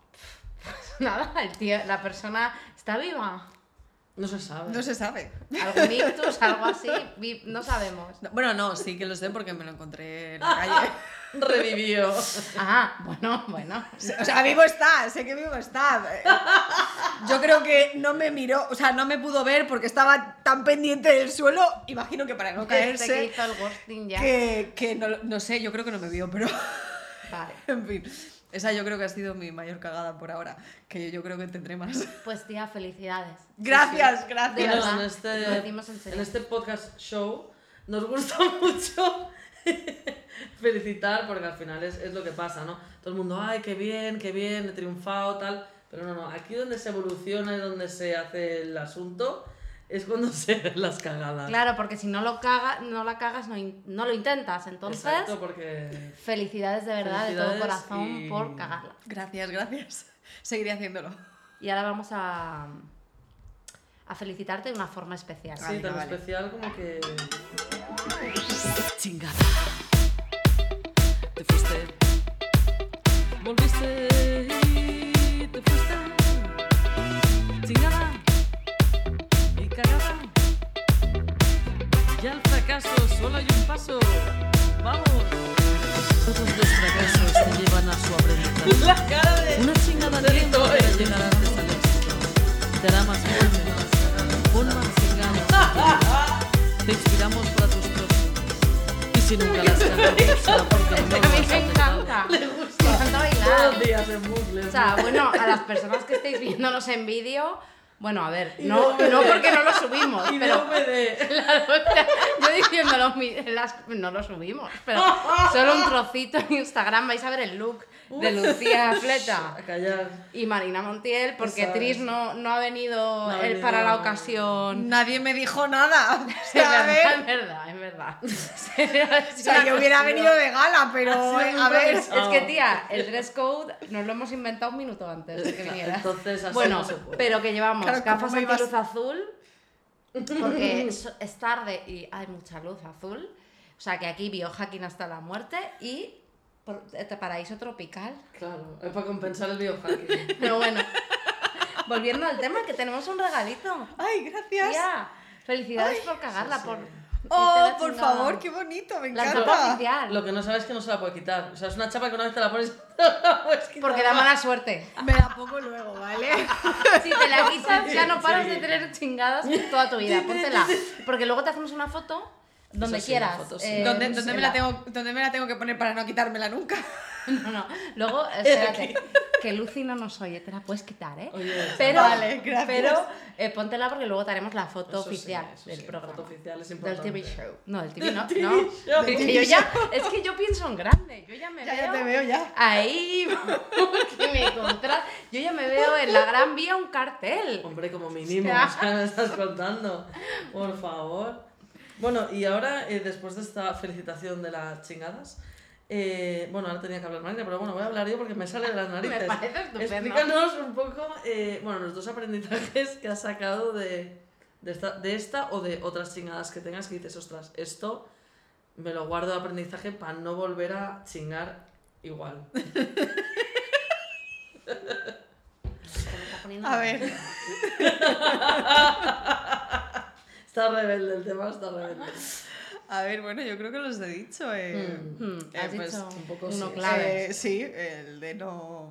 [SPEAKER 1] pues [laughs] nada, el tío, la persona está viva.
[SPEAKER 2] No se sabe.
[SPEAKER 3] No se sabe.
[SPEAKER 1] Algún ictus, algo así, vi- no sabemos.
[SPEAKER 3] No, Bueno, no, sí que lo sé porque me lo encontré en la calle.
[SPEAKER 2] Revivió.
[SPEAKER 1] Ah, bueno, bueno.
[SPEAKER 3] [laughs] O sea, vivo está, sé que vivo está. Yo creo que no me miró, o sea, no me pudo ver porque estaba tan pendiente del suelo, imagino que para no
[SPEAKER 1] Este que
[SPEAKER 3] caerse,
[SPEAKER 1] hizo el ghosting ya.
[SPEAKER 3] que, que no, lo- no sé, yo creo que no me vio, pero [laughs]
[SPEAKER 1] Vale.
[SPEAKER 3] en fin. Esa yo creo que ha sido mi mayor cagada por ahora, que yo creo que tendré más.
[SPEAKER 1] Pues tía, felicidades.
[SPEAKER 3] Gracias,
[SPEAKER 1] De
[SPEAKER 3] gracias.
[SPEAKER 1] verdad,
[SPEAKER 2] en este,
[SPEAKER 1] lo decimos en serio.
[SPEAKER 2] en este podcast show nos gusta [laughs] mucho felicitar porque al final es, es lo que pasa, ¿no? Todo el mundo, ay, qué bien, qué bien, he triunfado, tal. Pero no, no, aquí donde se evoluciona y donde se hace el asunto es cuando [laughs] se ven las cagadas.
[SPEAKER 1] Claro, porque si no lo caga, no la cagas, no, in- no lo intentas. Entonces,
[SPEAKER 2] Exacto, porque
[SPEAKER 1] felicidades de verdad, de todo
[SPEAKER 2] Felicidades
[SPEAKER 1] corazón,
[SPEAKER 2] y-
[SPEAKER 1] por cagarla.
[SPEAKER 3] Gracias, gracias. Seguiré haciéndolo.
[SPEAKER 1] Y ahora vamos a, a felicitarte de una forma especial.
[SPEAKER 2] sí, tan
[SPEAKER 3] vale.
[SPEAKER 2] especial como que...
[SPEAKER 4] Chingada. Te fuiste. Volviste y te fuiste. Chingada. Y cagada. Ya al fracaso solo hay un paso. Vamos.
[SPEAKER 2] Todos los fracasos te llevan a su aprendizaje.
[SPEAKER 4] La cara de.
[SPEAKER 2] Una chingada tiempo para llegar antes al éxito. Te hará más fuerte, pon más engaño. Te inspiramos para tus próximos. Y si nunca las cagamos, será porque no
[SPEAKER 1] A mí [laughs]
[SPEAKER 2] las
[SPEAKER 1] me
[SPEAKER 2] has cagado.
[SPEAKER 1] encanta. Me encanta bailar.
[SPEAKER 2] Todos los días en bucle.
[SPEAKER 1] O sea, bueno, a las personas que estáis viéndonos en vídeo, bueno, a ver, no, no porque no lo subimos,
[SPEAKER 2] Y
[SPEAKER 1] pero [laughs]
[SPEAKER 2] DVD.
[SPEAKER 1] yo diciéndolo en mi- en las- no lo subimos, pero solo un trocito en Instagram vais a ver el look de Lucía Fleta
[SPEAKER 2] A callar.
[SPEAKER 1] y Marina Montiel, porque
[SPEAKER 2] Eso
[SPEAKER 1] Tris
[SPEAKER 2] es.
[SPEAKER 1] no, no ha venido
[SPEAKER 2] No ha
[SPEAKER 1] eh, para la
[SPEAKER 2] venido.
[SPEAKER 1] ocasión.
[SPEAKER 3] Nadie me dijo nada. [laughs] O
[SPEAKER 1] Es
[SPEAKER 3] sea, a
[SPEAKER 1] verdad,
[SPEAKER 3] ver,
[SPEAKER 1] es verdad, es verdad. [laughs] O
[SPEAKER 3] o sea, yo
[SPEAKER 1] [laughs]
[SPEAKER 3] hubiera venido de gala, pero
[SPEAKER 2] Ha sido
[SPEAKER 3] eh,
[SPEAKER 2] muy
[SPEAKER 3] a ver.
[SPEAKER 2] improvisado.
[SPEAKER 1] Es que, tía, el dress code nos lo hemos inventado un minuto antes de que vinieras.
[SPEAKER 2] Entonces, así
[SPEAKER 1] bueno,
[SPEAKER 2] no se puede.
[SPEAKER 1] pero que llevamos
[SPEAKER 3] Claro, ¿cómo
[SPEAKER 1] gafas
[SPEAKER 3] me ibas?
[SPEAKER 1] antiluz azul,
[SPEAKER 3] [laughs]
[SPEAKER 1] porque es, es tarde y hay mucha luz azul. O sea, que aquí biohacking hasta la muerte y por- este paraíso tropical.
[SPEAKER 2] Claro, es para compensar el biohacking.
[SPEAKER 1] Pero
[SPEAKER 3] [laughs]
[SPEAKER 1] bueno, volviendo al tema, que tenemos un regalito.
[SPEAKER 3] Ay, gracias.
[SPEAKER 1] Tía, felicidades por cagarla,
[SPEAKER 2] sí, sí.
[SPEAKER 1] por... irte a
[SPEAKER 3] Oh,
[SPEAKER 1] la
[SPEAKER 3] por
[SPEAKER 1] chingada.
[SPEAKER 3] favor, qué bonito, me
[SPEAKER 1] La chapa
[SPEAKER 3] encanta.
[SPEAKER 1] oficial,
[SPEAKER 2] [laughs] Lo que no sabes es que no se la puede quitar. O sea, es una chapa que una vez te la pones, [laughs] no la puedes quitar.
[SPEAKER 1] porque da mala suerte.
[SPEAKER 3] Me la pongo luego, ¿vale?
[SPEAKER 1] Si te la quitas, ya no paras
[SPEAKER 2] Sí.
[SPEAKER 1] de tener chingadas toda tu vida. Póntela. Porque luego te hacemos una foto donde
[SPEAKER 2] sí,
[SPEAKER 1] quieras. Eh,
[SPEAKER 2] una foto, sí.
[SPEAKER 3] ¿Dónde, dónde me
[SPEAKER 1] Sela.
[SPEAKER 3] la tengo, ¿Dónde me la tengo que poner para no quitármela nunca?
[SPEAKER 1] [laughs] No, no. Luego, espérate. Que Lucy no nos oye, te la puedes quitar, ¿eh?
[SPEAKER 2] Oye,
[SPEAKER 1] Pero,
[SPEAKER 3] Vale, gracias.
[SPEAKER 1] pero eh, póntela porque luego te haremos la foto
[SPEAKER 2] Eso sí,
[SPEAKER 1] oficial
[SPEAKER 2] eso
[SPEAKER 1] del
[SPEAKER 2] sí,
[SPEAKER 1] programa.
[SPEAKER 2] foto oficial es
[SPEAKER 1] del
[SPEAKER 2] importante.
[SPEAKER 1] TV show. No, del TV no.
[SPEAKER 2] TV
[SPEAKER 1] no.
[SPEAKER 2] show.
[SPEAKER 1] Porque
[SPEAKER 2] Del
[SPEAKER 1] yo
[SPEAKER 2] TV [laughs]
[SPEAKER 1] ya, es que yo pienso en grande. Yo ya me
[SPEAKER 3] Ya,
[SPEAKER 1] veo.
[SPEAKER 3] ya te veo, ya.
[SPEAKER 1] Ahí, que me contra... Yo ya me veo en la Gran Vía un cartel. [laughs]
[SPEAKER 2] Hombre, como mínimo,
[SPEAKER 1] Ya.
[SPEAKER 2] o [laughs] sea, me estás contando. Por favor. Bueno, y ahora, eh, después de esta felicitación de las chingadas, eh, bueno, ahora tenía que hablar Marina, pero bueno, voy a hablar yo porque me sale
[SPEAKER 1] [laughs]
[SPEAKER 2] de las narices.
[SPEAKER 1] parece estupendo.
[SPEAKER 2] Explícanos un poco, eh, bueno, los dos aprendizajes que has sacado de, de, esta, de esta o de otras chingadas que tengas que dices, ostras, esto me lo guardo de aprendizaje para no volver a chingar igual. [laughs]
[SPEAKER 1] Se me está poniendo
[SPEAKER 3] A
[SPEAKER 1] mal.
[SPEAKER 3] ver,
[SPEAKER 2] Está rebelde, el tema está rebelde.
[SPEAKER 3] a ver, bueno, yo creo que los he dicho. eh.
[SPEAKER 2] Mm.
[SPEAKER 1] Hmm,
[SPEAKER 3] Eh,
[SPEAKER 1] has
[SPEAKER 3] pues,
[SPEAKER 1] dicho
[SPEAKER 2] un poco
[SPEAKER 1] uno
[SPEAKER 2] sí.
[SPEAKER 1] clave.
[SPEAKER 3] Eh, sí, el de no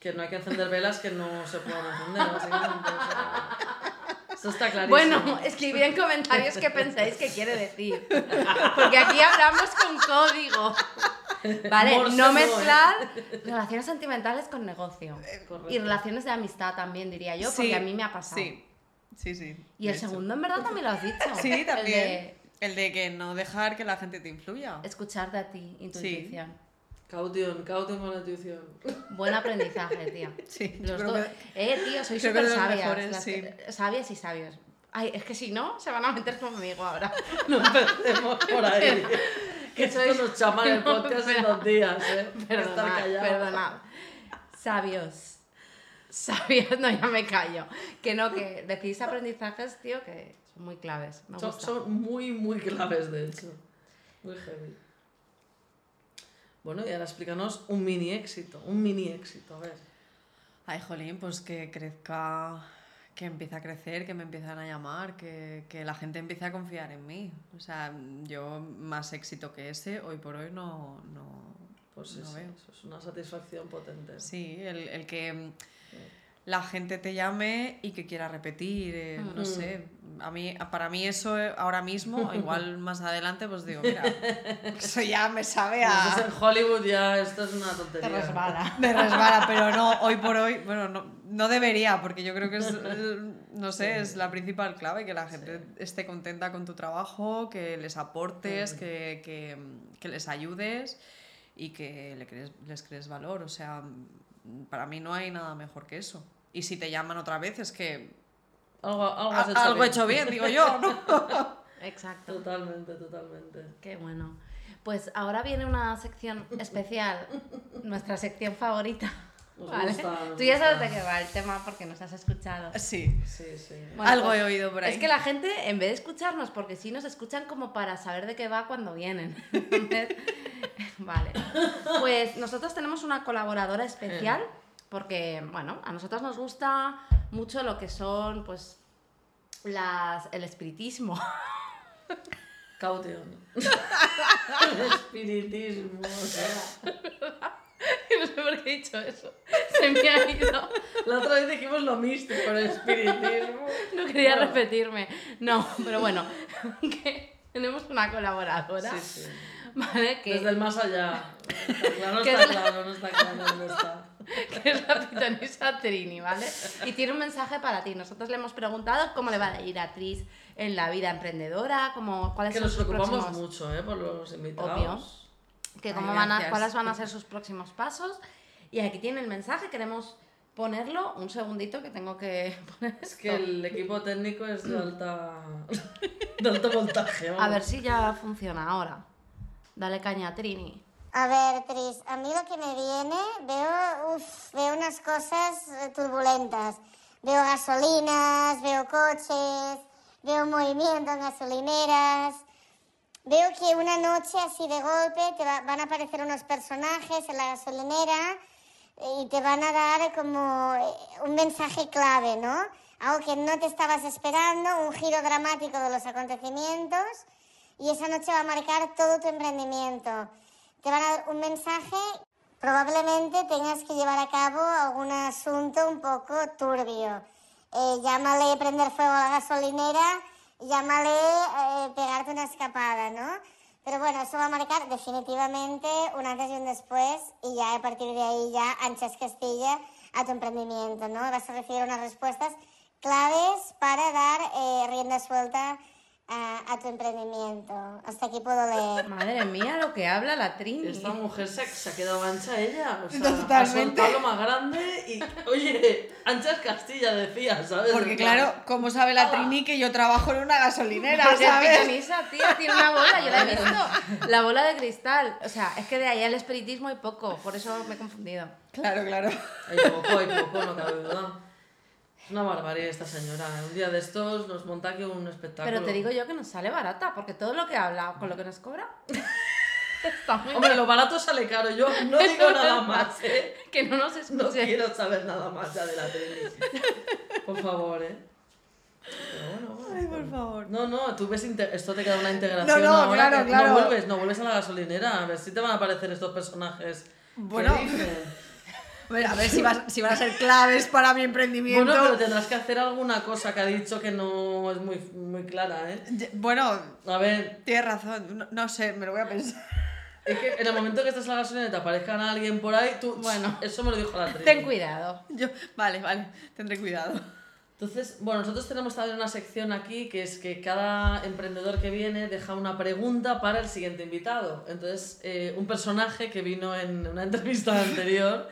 [SPEAKER 2] Que no hay que encender velas que no se puedan encender, básicamente. o sea, Eso está clarísimo.
[SPEAKER 1] bueno, escribid en comentarios qué pensáis que quiere decir. Porque aquí hablamos con código. Vale,
[SPEAKER 2] Morse
[SPEAKER 1] no
[SPEAKER 2] no, ¿eh?
[SPEAKER 1] mezclar relaciones sentimentales con negocio.
[SPEAKER 2] Correcto.
[SPEAKER 1] Y relaciones de amistad también, diría yo, porque
[SPEAKER 3] Sí,
[SPEAKER 1] a mí me ha pasado.
[SPEAKER 3] Sí, sí, sí.
[SPEAKER 1] Y el
[SPEAKER 3] de hecho.
[SPEAKER 1] segundo, en verdad, también lo has dicho.
[SPEAKER 3] Sí,
[SPEAKER 1] El
[SPEAKER 3] también.
[SPEAKER 1] de
[SPEAKER 3] El de que no dejar que la gente te influya.
[SPEAKER 1] escucharte a ti, intuición.
[SPEAKER 2] Caution, caution con la intuición. [laughs]
[SPEAKER 1] Buen aprendizaje,
[SPEAKER 3] [laughs]
[SPEAKER 1] tía.
[SPEAKER 3] Sí, yo
[SPEAKER 1] Los
[SPEAKER 3] creo
[SPEAKER 1] dos.
[SPEAKER 3] que-
[SPEAKER 1] Eh, tío, sois
[SPEAKER 3] creo que
[SPEAKER 1] súper
[SPEAKER 3] de los
[SPEAKER 1] sabias.
[SPEAKER 3] mejores,
[SPEAKER 1] las
[SPEAKER 3] sí.
[SPEAKER 1] que- Sabias y sabios. Ay, es que si no, se van a meter conmigo
[SPEAKER 3] [laughs]
[SPEAKER 1] ahora.
[SPEAKER 2] No empecemos por ahí. Que
[SPEAKER 1] Que
[SPEAKER 2] esto
[SPEAKER 1] sois-
[SPEAKER 2] nos
[SPEAKER 1] [laughs]
[SPEAKER 2] chaman el
[SPEAKER 1] No,
[SPEAKER 2] podcast en
[SPEAKER 1] espera.
[SPEAKER 2] dos días, ¿eh? Hay que estar
[SPEAKER 1] Perdonad,
[SPEAKER 2] callado.
[SPEAKER 1] perdonad. Sabios. Sabios, [laughs] no, ya me callo. Que no, que decís aprendizajes, tío, que son muy claves. Me
[SPEAKER 2] Son,
[SPEAKER 1] gusta.
[SPEAKER 2] son muy, muy claves, de hecho. Muy heavy. Bueno, y ahora explícanos un mini éxito. Un mini éxito, a ver.
[SPEAKER 3] Ay, jolín, pues que crezca, que empiece a crecer, que me empiezan a llamar, que, que la gente empiece a confiar en mí. O sea, yo más éxito que ese, hoy por hoy no... no
[SPEAKER 2] Pues sí,
[SPEAKER 3] no
[SPEAKER 2] sí,
[SPEAKER 3] veo.
[SPEAKER 2] eso es una satisfacción potente.
[SPEAKER 3] Sí, el, el que... mm, la gente te llame y que quiera repetir, eh, no sé. A mí, para mí eso eh, ahora mismo, igual más adelante, pues digo, mira, eso ya
[SPEAKER 2] [laughs]
[SPEAKER 3] me sabe a...
[SPEAKER 2] Pues en Hollywood ya esto es una
[SPEAKER 1] Te
[SPEAKER 2] tontería.
[SPEAKER 1] resbala.
[SPEAKER 3] Me resbala, pero no, hoy por hoy, bueno, no, no debería, porque yo creo que es, eh, no sé, es la principal clave, que la gente esté contenta con tu trabajo, que les aportes,
[SPEAKER 1] Mm.
[SPEAKER 3] que, que, que les ayudes y que le crees, les crees valor. O sea, para mí no hay nada mejor que eso. Y si te llaman otra vez es que
[SPEAKER 2] Algo, algo has
[SPEAKER 3] a-
[SPEAKER 2] hecho
[SPEAKER 3] algo
[SPEAKER 2] bien.
[SPEAKER 3] hecho bien,
[SPEAKER 1] [laughs]
[SPEAKER 3] digo yo, ¿no?
[SPEAKER 1] Exacto.
[SPEAKER 2] Totalmente, totalmente.
[SPEAKER 1] Qué bueno. Pues ahora viene una sección especial, nuestra sección favorita.
[SPEAKER 2] Nos
[SPEAKER 1] ¿vale?
[SPEAKER 2] gusta, nos
[SPEAKER 1] Tú ya sabes
[SPEAKER 2] gusta.
[SPEAKER 1] de qué va el tema porque nos has escuchado.
[SPEAKER 3] Sí,
[SPEAKER 2] Sí, sí.
[SPEAKER 1] Bueno,
[SPEAKER 3] algo
[SPEAKER 1] pues,
[SPEAKER 3] he oído por ahí.
[SPEAKER 1] Es que la gente, en vez de escucharnos, porque sí nos escuchan como para saber de qué va cuando vienen. [laughs] Entonces, vale. Pues nosotros tenemos una colaboradora especial, porque, bueno, a nosotros nos gusta mucho lo que son, pues, las, el espiritismo. [laughs]
[SPEAKER 2] Cauteón. [laughs] Espiritismo. o sea.
[SPEAKER 1] no sé por qué he dicho eso. Se me ha ido.
[SPEAKER 2] La otra vez dijimos lo místico, el espiritismo.
[SPEAKER 1] No quería
[SPEAKER 2] Bueno.
[SPEAKER 1] repetirme. No, pero bueno, [laughs] que tenemos una colaboradora,
[SPEAKER 2] Sí, sí.
[SPEAKER 1] ¿vale? Que,
[SPEAKER 2] Desde el más allá. Está claro,
[SPEAKER 1] ¿Qué
[SPEAKER 2] está
[SPEAKER 1] es la-
[SPEAKER 2] claro, no está claro, no está.
[SPEAKER 1] que es [laughs] la pitonisa Trini, ¿vale? Y tiene un mensaje para ti. Nosotros le hemos preguntado cómo le va a ir a Tris en la vida emprendedora, cómo, cuáles
[SPEAKER 2] Que
[SPEAKER 1] son
[SPEAKER 2] nos
[SPEAKER 1] sus
[SPEAKER 2] preocupamos
[SPEAKER 1] próximos...
[SPEAKER 2] mucho, ¿eh? Por los invitados.
[SPEAKER 1] que
[SPEAKER 3] Ay,
[SPEAKER 1] cómo van a,
[SPEAKER 3] gracias.
[SPEAKER 1] cuáles van a ser sus próximos pasos. Y aquí tiene el mensaje, queremos ponerlo. Un segundito que tengo que [laughs] poner
[SPEAKER 2] Es que el equipo técnico es de alta. [laughs] de alto voltaje. vamos.
[SPEAKER 1] A ver si ya funciona ahora. Dale caña a Trini.
[SPEAKER 5] A ver, Tris, a mí lo que me viene, veo, uf, veo unas cosas eh, turbulentas. Veo gasolinas, veo coches, veo movimiento en gasolineras. Veo que una noche así de golpe te va- van a aparecer unos personajes en la gasolinera y te van a dar como eh, un mensaje clave, ¿no? Algo que no te estabas esperando, un giro dramático de los acontecimientos y esa noche va a marcar todo tu emprendimiento. Te van a dar un mensaje, probablemente tengas que llevar a cabo algún asunto un poco turbio. Eh, llámale prender fuego a la gasolinera, llámale eh, pegarte una escapada, ¿no? Pero bueno, eso va a marcar definitivamente un antes y un después y ya a partir de ahí ya anchas Castilla a tu emprendimiento, ¿no? Vas a recibir unas respuestas claves para dar eh, rienda suelta a, a tu emprendimiento. Hasta aquí puedo leer.
[SPEAKER 1] Madre mía, lo que habla la Trini.
[SPEAKER 2] Esta mujer se, se ha quedado ancha ella. O sea, ha
[SPEAKER 3] Totalmente.
[SPEAKER 2] soltado lo más grande y. Oye, ancha es Castilla, decía, ¿sabes?
[SPEAKER 3] Porque
[SPEAKER 2] En plan,
[SPEAKER 3] claro, como sabe la Trini que yo trabajo en una
[SPEAKER 1] [laughs]
[SPEAKER 3] gasolinera,
[SPEAKER 1] Pero si Ah. es
[SPEAKER 3] ¿sabes?
[SPEAKER 1] pitonisa, tía, tiene una bola, yo la he visto. La bola de cristal. O sea, es que de ahí al espiritismo hay poco, por eso me he confundido.
[SPEAKER 3] Claro, claro.
[SPEAKER 2] Hay poco, hay poco, no cabe duda. Es una barbarie esta señora. ¿eh? Un día de estos nos monta aquí un espectáculo.
[SPEAKER 1] Pero te digo yo que nos sale barata, porque todo lo que habla con lo que nos cobra [laughs] está muy
[SPEAKER 2] Hombre, lo barato sale caro. Yo no digo
[SPEAKER 3] [laughs]
[SPEAKER 2] nada más, ¿eh?
[SPEAKER 1] Que no nos
[SPEAKER 2] No
[SPEAKER 1] escuche.
[SPEAKER 2] quiero saber nada más ya de la tele. Por favor, ¿eh? Pero bueno, bueno,
[SPEAKER 3] Ay,
[SPEAKER 2] bueno.
[SPEAKER 3] por favor.
[SPEAKER 2] No, no, tú ves, inte- esto te queda una integración.
[SPEAKER 3] No, no,
[SPEAKER 2] ahora
[SPEAKER 3] claro,
[SPEAKER 2] que
[SPEAKER 3] claro.
[SPEAKER 2] No vuelves, no vuelves a la gasolinera, a ver si te van a aparecer estos personajes. que
[SPEAKER 3] Bueno.
[SPEAKER 2] dicen.
[SPEAKER 3] [laughs] A ver, a ver si, vas- si van a ser claves para mi emprendimiento.
[SPEAKER 2] Bueno, pero tendrás que hacer alguona cosa que ha dicho que no es muy, muy clara, ¿eh?
[SPEAKER 3] Ye- Bueno,
[SPEAKER 2] A ver,
[SPEAKER 3] tienes razón. No, no sé, me lo voy a pensar. [laughs]
[SPEAKER 2] es que en el momento que estás en la gasolinera y te aparezcan a alguien por ahí, tú.
[SPEAKER 1] Bueno.
[SPEAKER 2] Eso me lo dijo la actriz.
[SPEAKER 1] Ten cuidado.
[SPEAKER 3] Yo, vale, vale, tendré cuidado.
[SPEAKER 2] Entonces, bueno, nosotros tenemos también una sección aquí que es que cada emprendedor que viene deja una pregunta para el siguiente invitado. Entonces, eh, un personaje que vino en una [laughs] entrevista anterior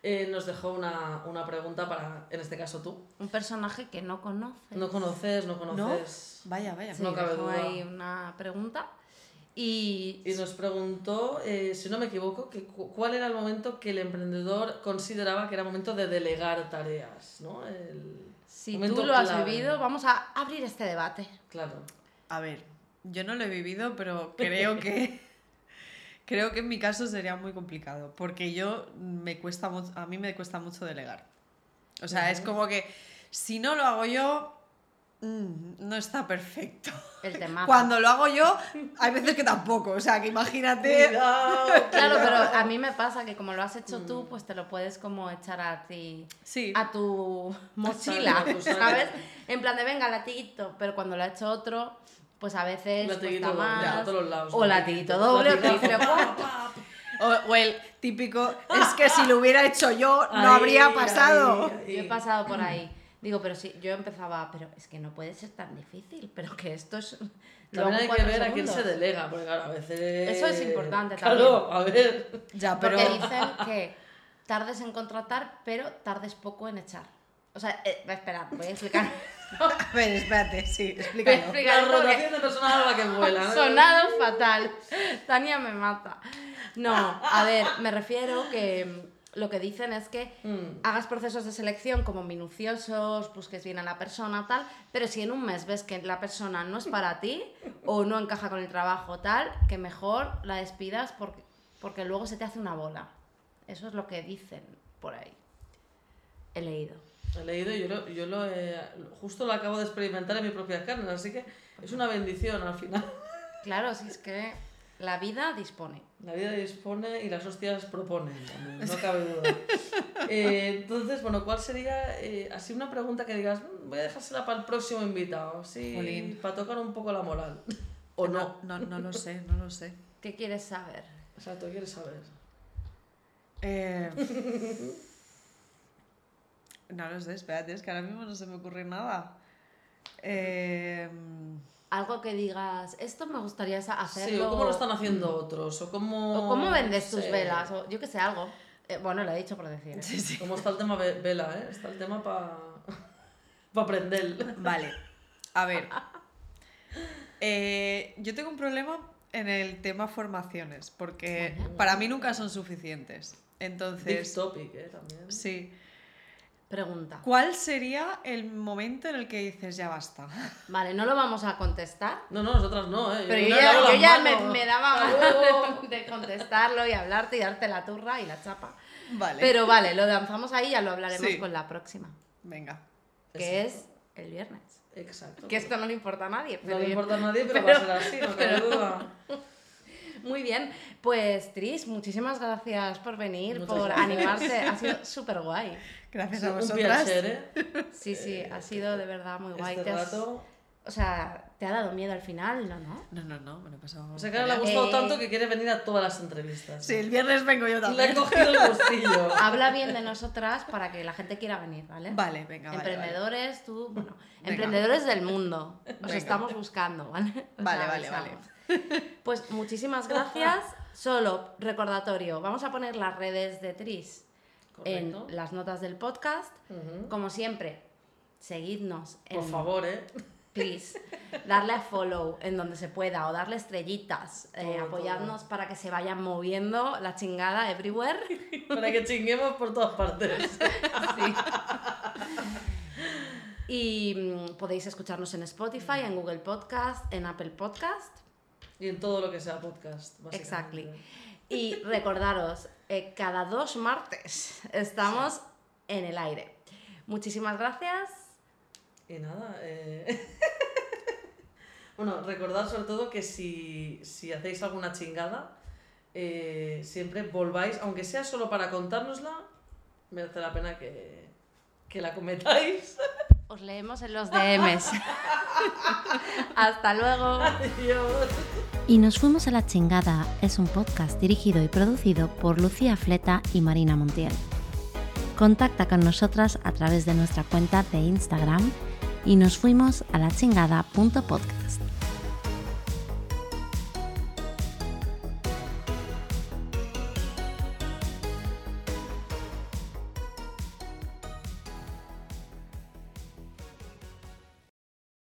[SPEAKER 2] eh, nos dejó una, una pregunta para, en este caso tú.
[SPEAKER 1] Un personaje que no conoce.
[SPEAKER 2] No conoces, no
[SPEAKER 3] ¿No?
[SPEAKER 2] conoces.
[SPEAKER 3] Vaya, vaya.
[SPEAKER 1] Sí,
[SPEAKER 2] no cabe
[SPEAKER 1] dejó
[SPEAKER 2] duda.
[SPEAKER 1] ahí una pregunta. Y
[SPEAKER 2] Y nos preguntó, eh, si no me equivoco, que cu- cuál era el momento que el emprendedor consideraba que era momento de delegar tareas, ¿no? El
[SPEAKER 1] si
[SPEAKER 2] momento
[SPEAKER 1] tú lo has
[SPEAKER 2] clave.
[SPEAKER 1] vivido, vamos a abrir este debate.
[SPEAKER 2] Claro.
[SPEAKER 3] A ver, yo no lo he vivido, pero creo que. [laughs] creo que en mi caso sería muy complicado. Porque yo me cuesta mu- A mí me cuesta mucho delegar. O sea, es como que si no lo hago yo, mm, no está perfecto.
[SPEAKER 1] El temazo.
[SPEAKER 3] Cuando lo hago yo, hay veces que tampoco. O sea, que imagínate.
[SPEAKER 2] Cuidado. [laughs]
[SPEAKER 1] Claro, pero a mí me pasa que como lo has hecho tú,
[SPEAKER 2] Mm.
[SPEAKER 1] pues te lo puedes como echar a ti,
[SPEAKER 3] Sí.
[SPEAKER 1] a tu mochila, [laughs]
[SPEAKER 2] Exacto, exacto.
[SPEAKER 1] ¿sabes? En plan de venga, latiguito, pero cuando lo ha hecho otro, pues a veces cuesta
[SPEAKER 2] Latiguito doble,
[SPEAKER 1] más.
[SPEAKER 2] a todos lados,
[SPEAKER 1] o latiguito
[SPEAKER 2] latiguito.
[SPEAKER 1] doble, o
[SPEAKER 2] Latigazo.
[SPEAKER 1] triple cuarto.
[SPEAKER 3] O, o el típico, es que si lo hubiera hecho yo, no
[SPEAKER 2] Ahí,
[SPEAKER 3] habría
[SPEAKER 2] [laughs]
[SPEAKER 3] pasado.
[SPEAKER 2] ahí, ahí.
[SPEAKER 1] Yo he pasado por ahí. Digo, pero sí, yo empezaba, pero es que no puede ser tan difícil, pero que esto es... lo hago
[SPEAKER 2] También hay que
[SPEAKER 1] cuatro
[SPEAKER 2] ver a quién se
[SPEAKER 1] segundos.
[SPEAKER 2] delega, porque claro, a veces.
[SPEAKER 1] Eso es importante
[SPEAKER 2] Claro, a ver.
[SPEAKER 3] Ya, pero.
[SPEAKER 1] Porque
[SPEAKER 2] [laughs]
[SPEAKER 1] dicen que tardes en contratar, pero tardes poco en echar. O sea, eh, esperad, voy a explicar.
[SPEAKER 3] [laughs] A ver, espérate, sí,
[SPEAKER 1] voy a
[SPEAKER 2] La
[SPEAKER 3] explícalo.
[SPEAKER 1] explicar porque-
[SPEAKER 2] rotación de personal a la que vuela. ¿no?
[SPEAKER 1] [laughs] Sonado fatal. Tania me mata. No, a ver, me refiero que mm, lo que dicen es que
[SPEAKER 2] Mm.
[SPEAKER 1] hagas procesos de selección como minuciosos, busques bien a la persona, tal, pero si en un mes ves que la persona no es para ti o no encaja con el trabajo, tal, que mejor la despidas porque, porque luego se te hace una bola. Eso es lo que dicen por ahí. He leído.
[SPEAKER 2] He leído y yo lo, yo lo he- justo lo acabo de experimentar en mi propia carne, así que es una bendición al final.
[SPEAKER 1] Claro, si es que la vida dispone.
[SPEAKER 2] La vida dispone y las hostias proponen, también, no cabe
[SPEAKER 1] [laughs]
[SPEAKER 2] duda. Eh, entonces, bueno, ¿cuál sería eh, así una pregunta que digas, "Mm, voy a dejársela para el próximo invitado, sí,
[SPEAKER 3] Jolín.
[SPEAKER 2] para tocar un poco la moral? ¿O no?
[SPEAKER 3] No, no lo sé, no lo sé.
[SPEAKER 1] ¿Qué quieres saber?
[SPEAKER 2] O sea, tú quieres saber.
[SPEAKER 3] Eh, No lo sé, espérate, es que ahora mismo no se me ocurre nada. Eh,
[SPEAKER 1] Algo que digas, esto me gustaría sa- hacerlo.
[SPEAKER 2] Sí, o cómo lo están haciendo otros, o cómo...
[SPEAKER 1] o cómo vendes
[SPEAKER 2] no
[SPEAKER 1] tus
[SPEAKER 2] sé.
[SPEAKER 1] velas, o yo que sé, algo. Eh, bueno, lo he dicho por decir. ¿eh?
[SPEAKER 3] sí, sí.
[SPEAKER 2] ¿Cómo está el tema ve- vela, eh? Está el tema para [laughs] pa aprender.
[SPEAKER 3] Vale, a ver. Eh, yo tengo un problema en el tema formaciones, porque para mí nunca son suficientes.
[SPEAKER 2] Big
[SPEAKER 3] Entonces,
[SPEAKER 2] topic, eh, también.
[SPEAKER 3] sí.
[SPEAKER 1] Pregunta.
[SPEAKER 3] ¿Cuál sería el momento en el que dices ya basta? [laughs]
[SPEAKER 1] Vale, no lo vamos a contestar.
[SPEAKER 2] No, no, nosotras no, eh.
[SPEAKER 1] Pero
[SPEAKER 2] no
[SPEAKER 1] yo
[SPEAKER 2] le
[SPEAKER 1] ya,
[SPEAKER 2] hago
[SPEAKER 1] yo
[SPEAKER 2] las
[SPEAKER 1] ya me,
[SPEAKER 2] manos.
[SPEAKER 1] me daba
[SPEAKER 2] [laughs] Hasta
[SPEAKER 1] mal
[SPEAKER 2] luego.
[SPEAKER 1] de contestarlo y hablarte y darte la turra y la chapa.
[SPEAKER 3] Vale.
[SPEAKER 1] Pero vale, lo lanzamos ahí y ya lo hablaremos
[SPEAKER 3] Sí.
[SPEAKER 1] con la próxima,
[SPEAKER 3] Venga.
[SPEAKER 1] que
[SPEAKER 2] Exacto.
[SPEAKER 1] es el viernes.
[SPEAKER 2] Exacto.
[SPEAKER 1] Que esto no le importa a nadie.
[SPEAKER 2] No
[SPEAKER 1] pero
[SPEAKER 2] le
[SPEAKER 1] yo-
[SPEAKER 2] importa a nadie, pero, va a ser así, no cabe duda.
[SPEAKER 1] Muy bien, pues Tris, muchísimas gracias por venir,
[SPEAKER 2] Muchas
[SPEAKER 1] por
[SPEAKER 2] gracias.
[SPEAKER 1] animarse. Ha sido súper guay.
[SPEAKER 3] Gracias a
[SPEAKER 2] Un
[SPEAKER 3] vosotras.
[SPEAKER 2] placer, ¿eh?
[SPEAKER 1] Sí, sí, ha sido de verdad [laughs] muy guay.
[SPEAKER 2] Este
[SPEAKER 1] Te has-
[SPEAKER 2] rato.
[SPEAKER 1] O sea, te ha dado miedo al final, ¿no? no?
[SPEAKER 3] No, no, no, me lo he pasado.
[SPEAKER 2] O sea, que ahora le ha
[SPEAKER 1] Eh.
[SPEAKER 2] gustado tanto que quiere venir a todas las entrevistas.
[SPEAKER 3] Sí, el viernes vengo yo
[SPEAKER 2] Le ha
[SPEAKER 3] también.
[SPEAKER 2] cogido el gustillo.
[SPEAKER 1] Habla bien de nosotras para que la gente quiera venir, ¿vale?
[SPEAKER 3] Vale, venga, vale. vale.
[SPEAKER 1] emprendedores, tú, bueno,
[SPEAKER 3] Venga.
[SPEAKER 1] emprendedores del mundo. Os
[SPEAKER 3] Venga.
[SPEAKER 1] estamos buscando, ¿vale? [laughs] Os
[SPEAKER 3] Vale, vale,
[SPEAKER 1] avisamos. Pues muchísimas gracias. Solo recordatorio, vamos a poner las redes de Tris
[SPEAKER 2] Correcto.
[SPEAKER 1] [laughs] en las notas del podcast.
[SPEAKER 2] Ujú.
[SPEAKER 1] Como siempre, seguidnos en
[SPEAKER 2] Por favor,
[SPEAKER 1] [laughs]
[SPEAKER 2] ¿eh?
[SPEAKER 1] please, darle a follow en donde se pueda o darle estrellitas, eh,
[SPEAKER 2] Todo,
[SPEAKER 1] apoyarnos para que se vayan moviendo la chingada everywhere.
[SPEAKER 2] [laughs] Para que chinguemos por todas partes.
[SPEAKER 1] Y mm, podéis escucharnos en Spotify, en Google Podcast, en Apple Podcast.
[SPEAKER 2] Y en todo lo que sea podcast. básicamente.
[SPEAKER 1] Exactly. Y recordaros, eh, cada dos martes estamos en el aire. Muchísimas gracias.
[SPEAKER 2] Y nada, eh... [laughs] bueno, recordad sobre todo que si, si hacéis alguna chingada, eh, siempre volváis, aunque sea solo para contárnosla, merece la pena que, que la cometáis. [laughs]
[SPEAKER 1] Os leemos en los DMs. [laughs] Hasta luego.
[SPEAKER 2] Adiós.
[SPEAKER 6] Y nos fuimos a la chingada es un podcast dirigido y producido por Lucía Fleta y Marina Montiel. Contacta con nosotras a través de nuestra cuenta de Instagram y nos fuimos a la chingada.podcast.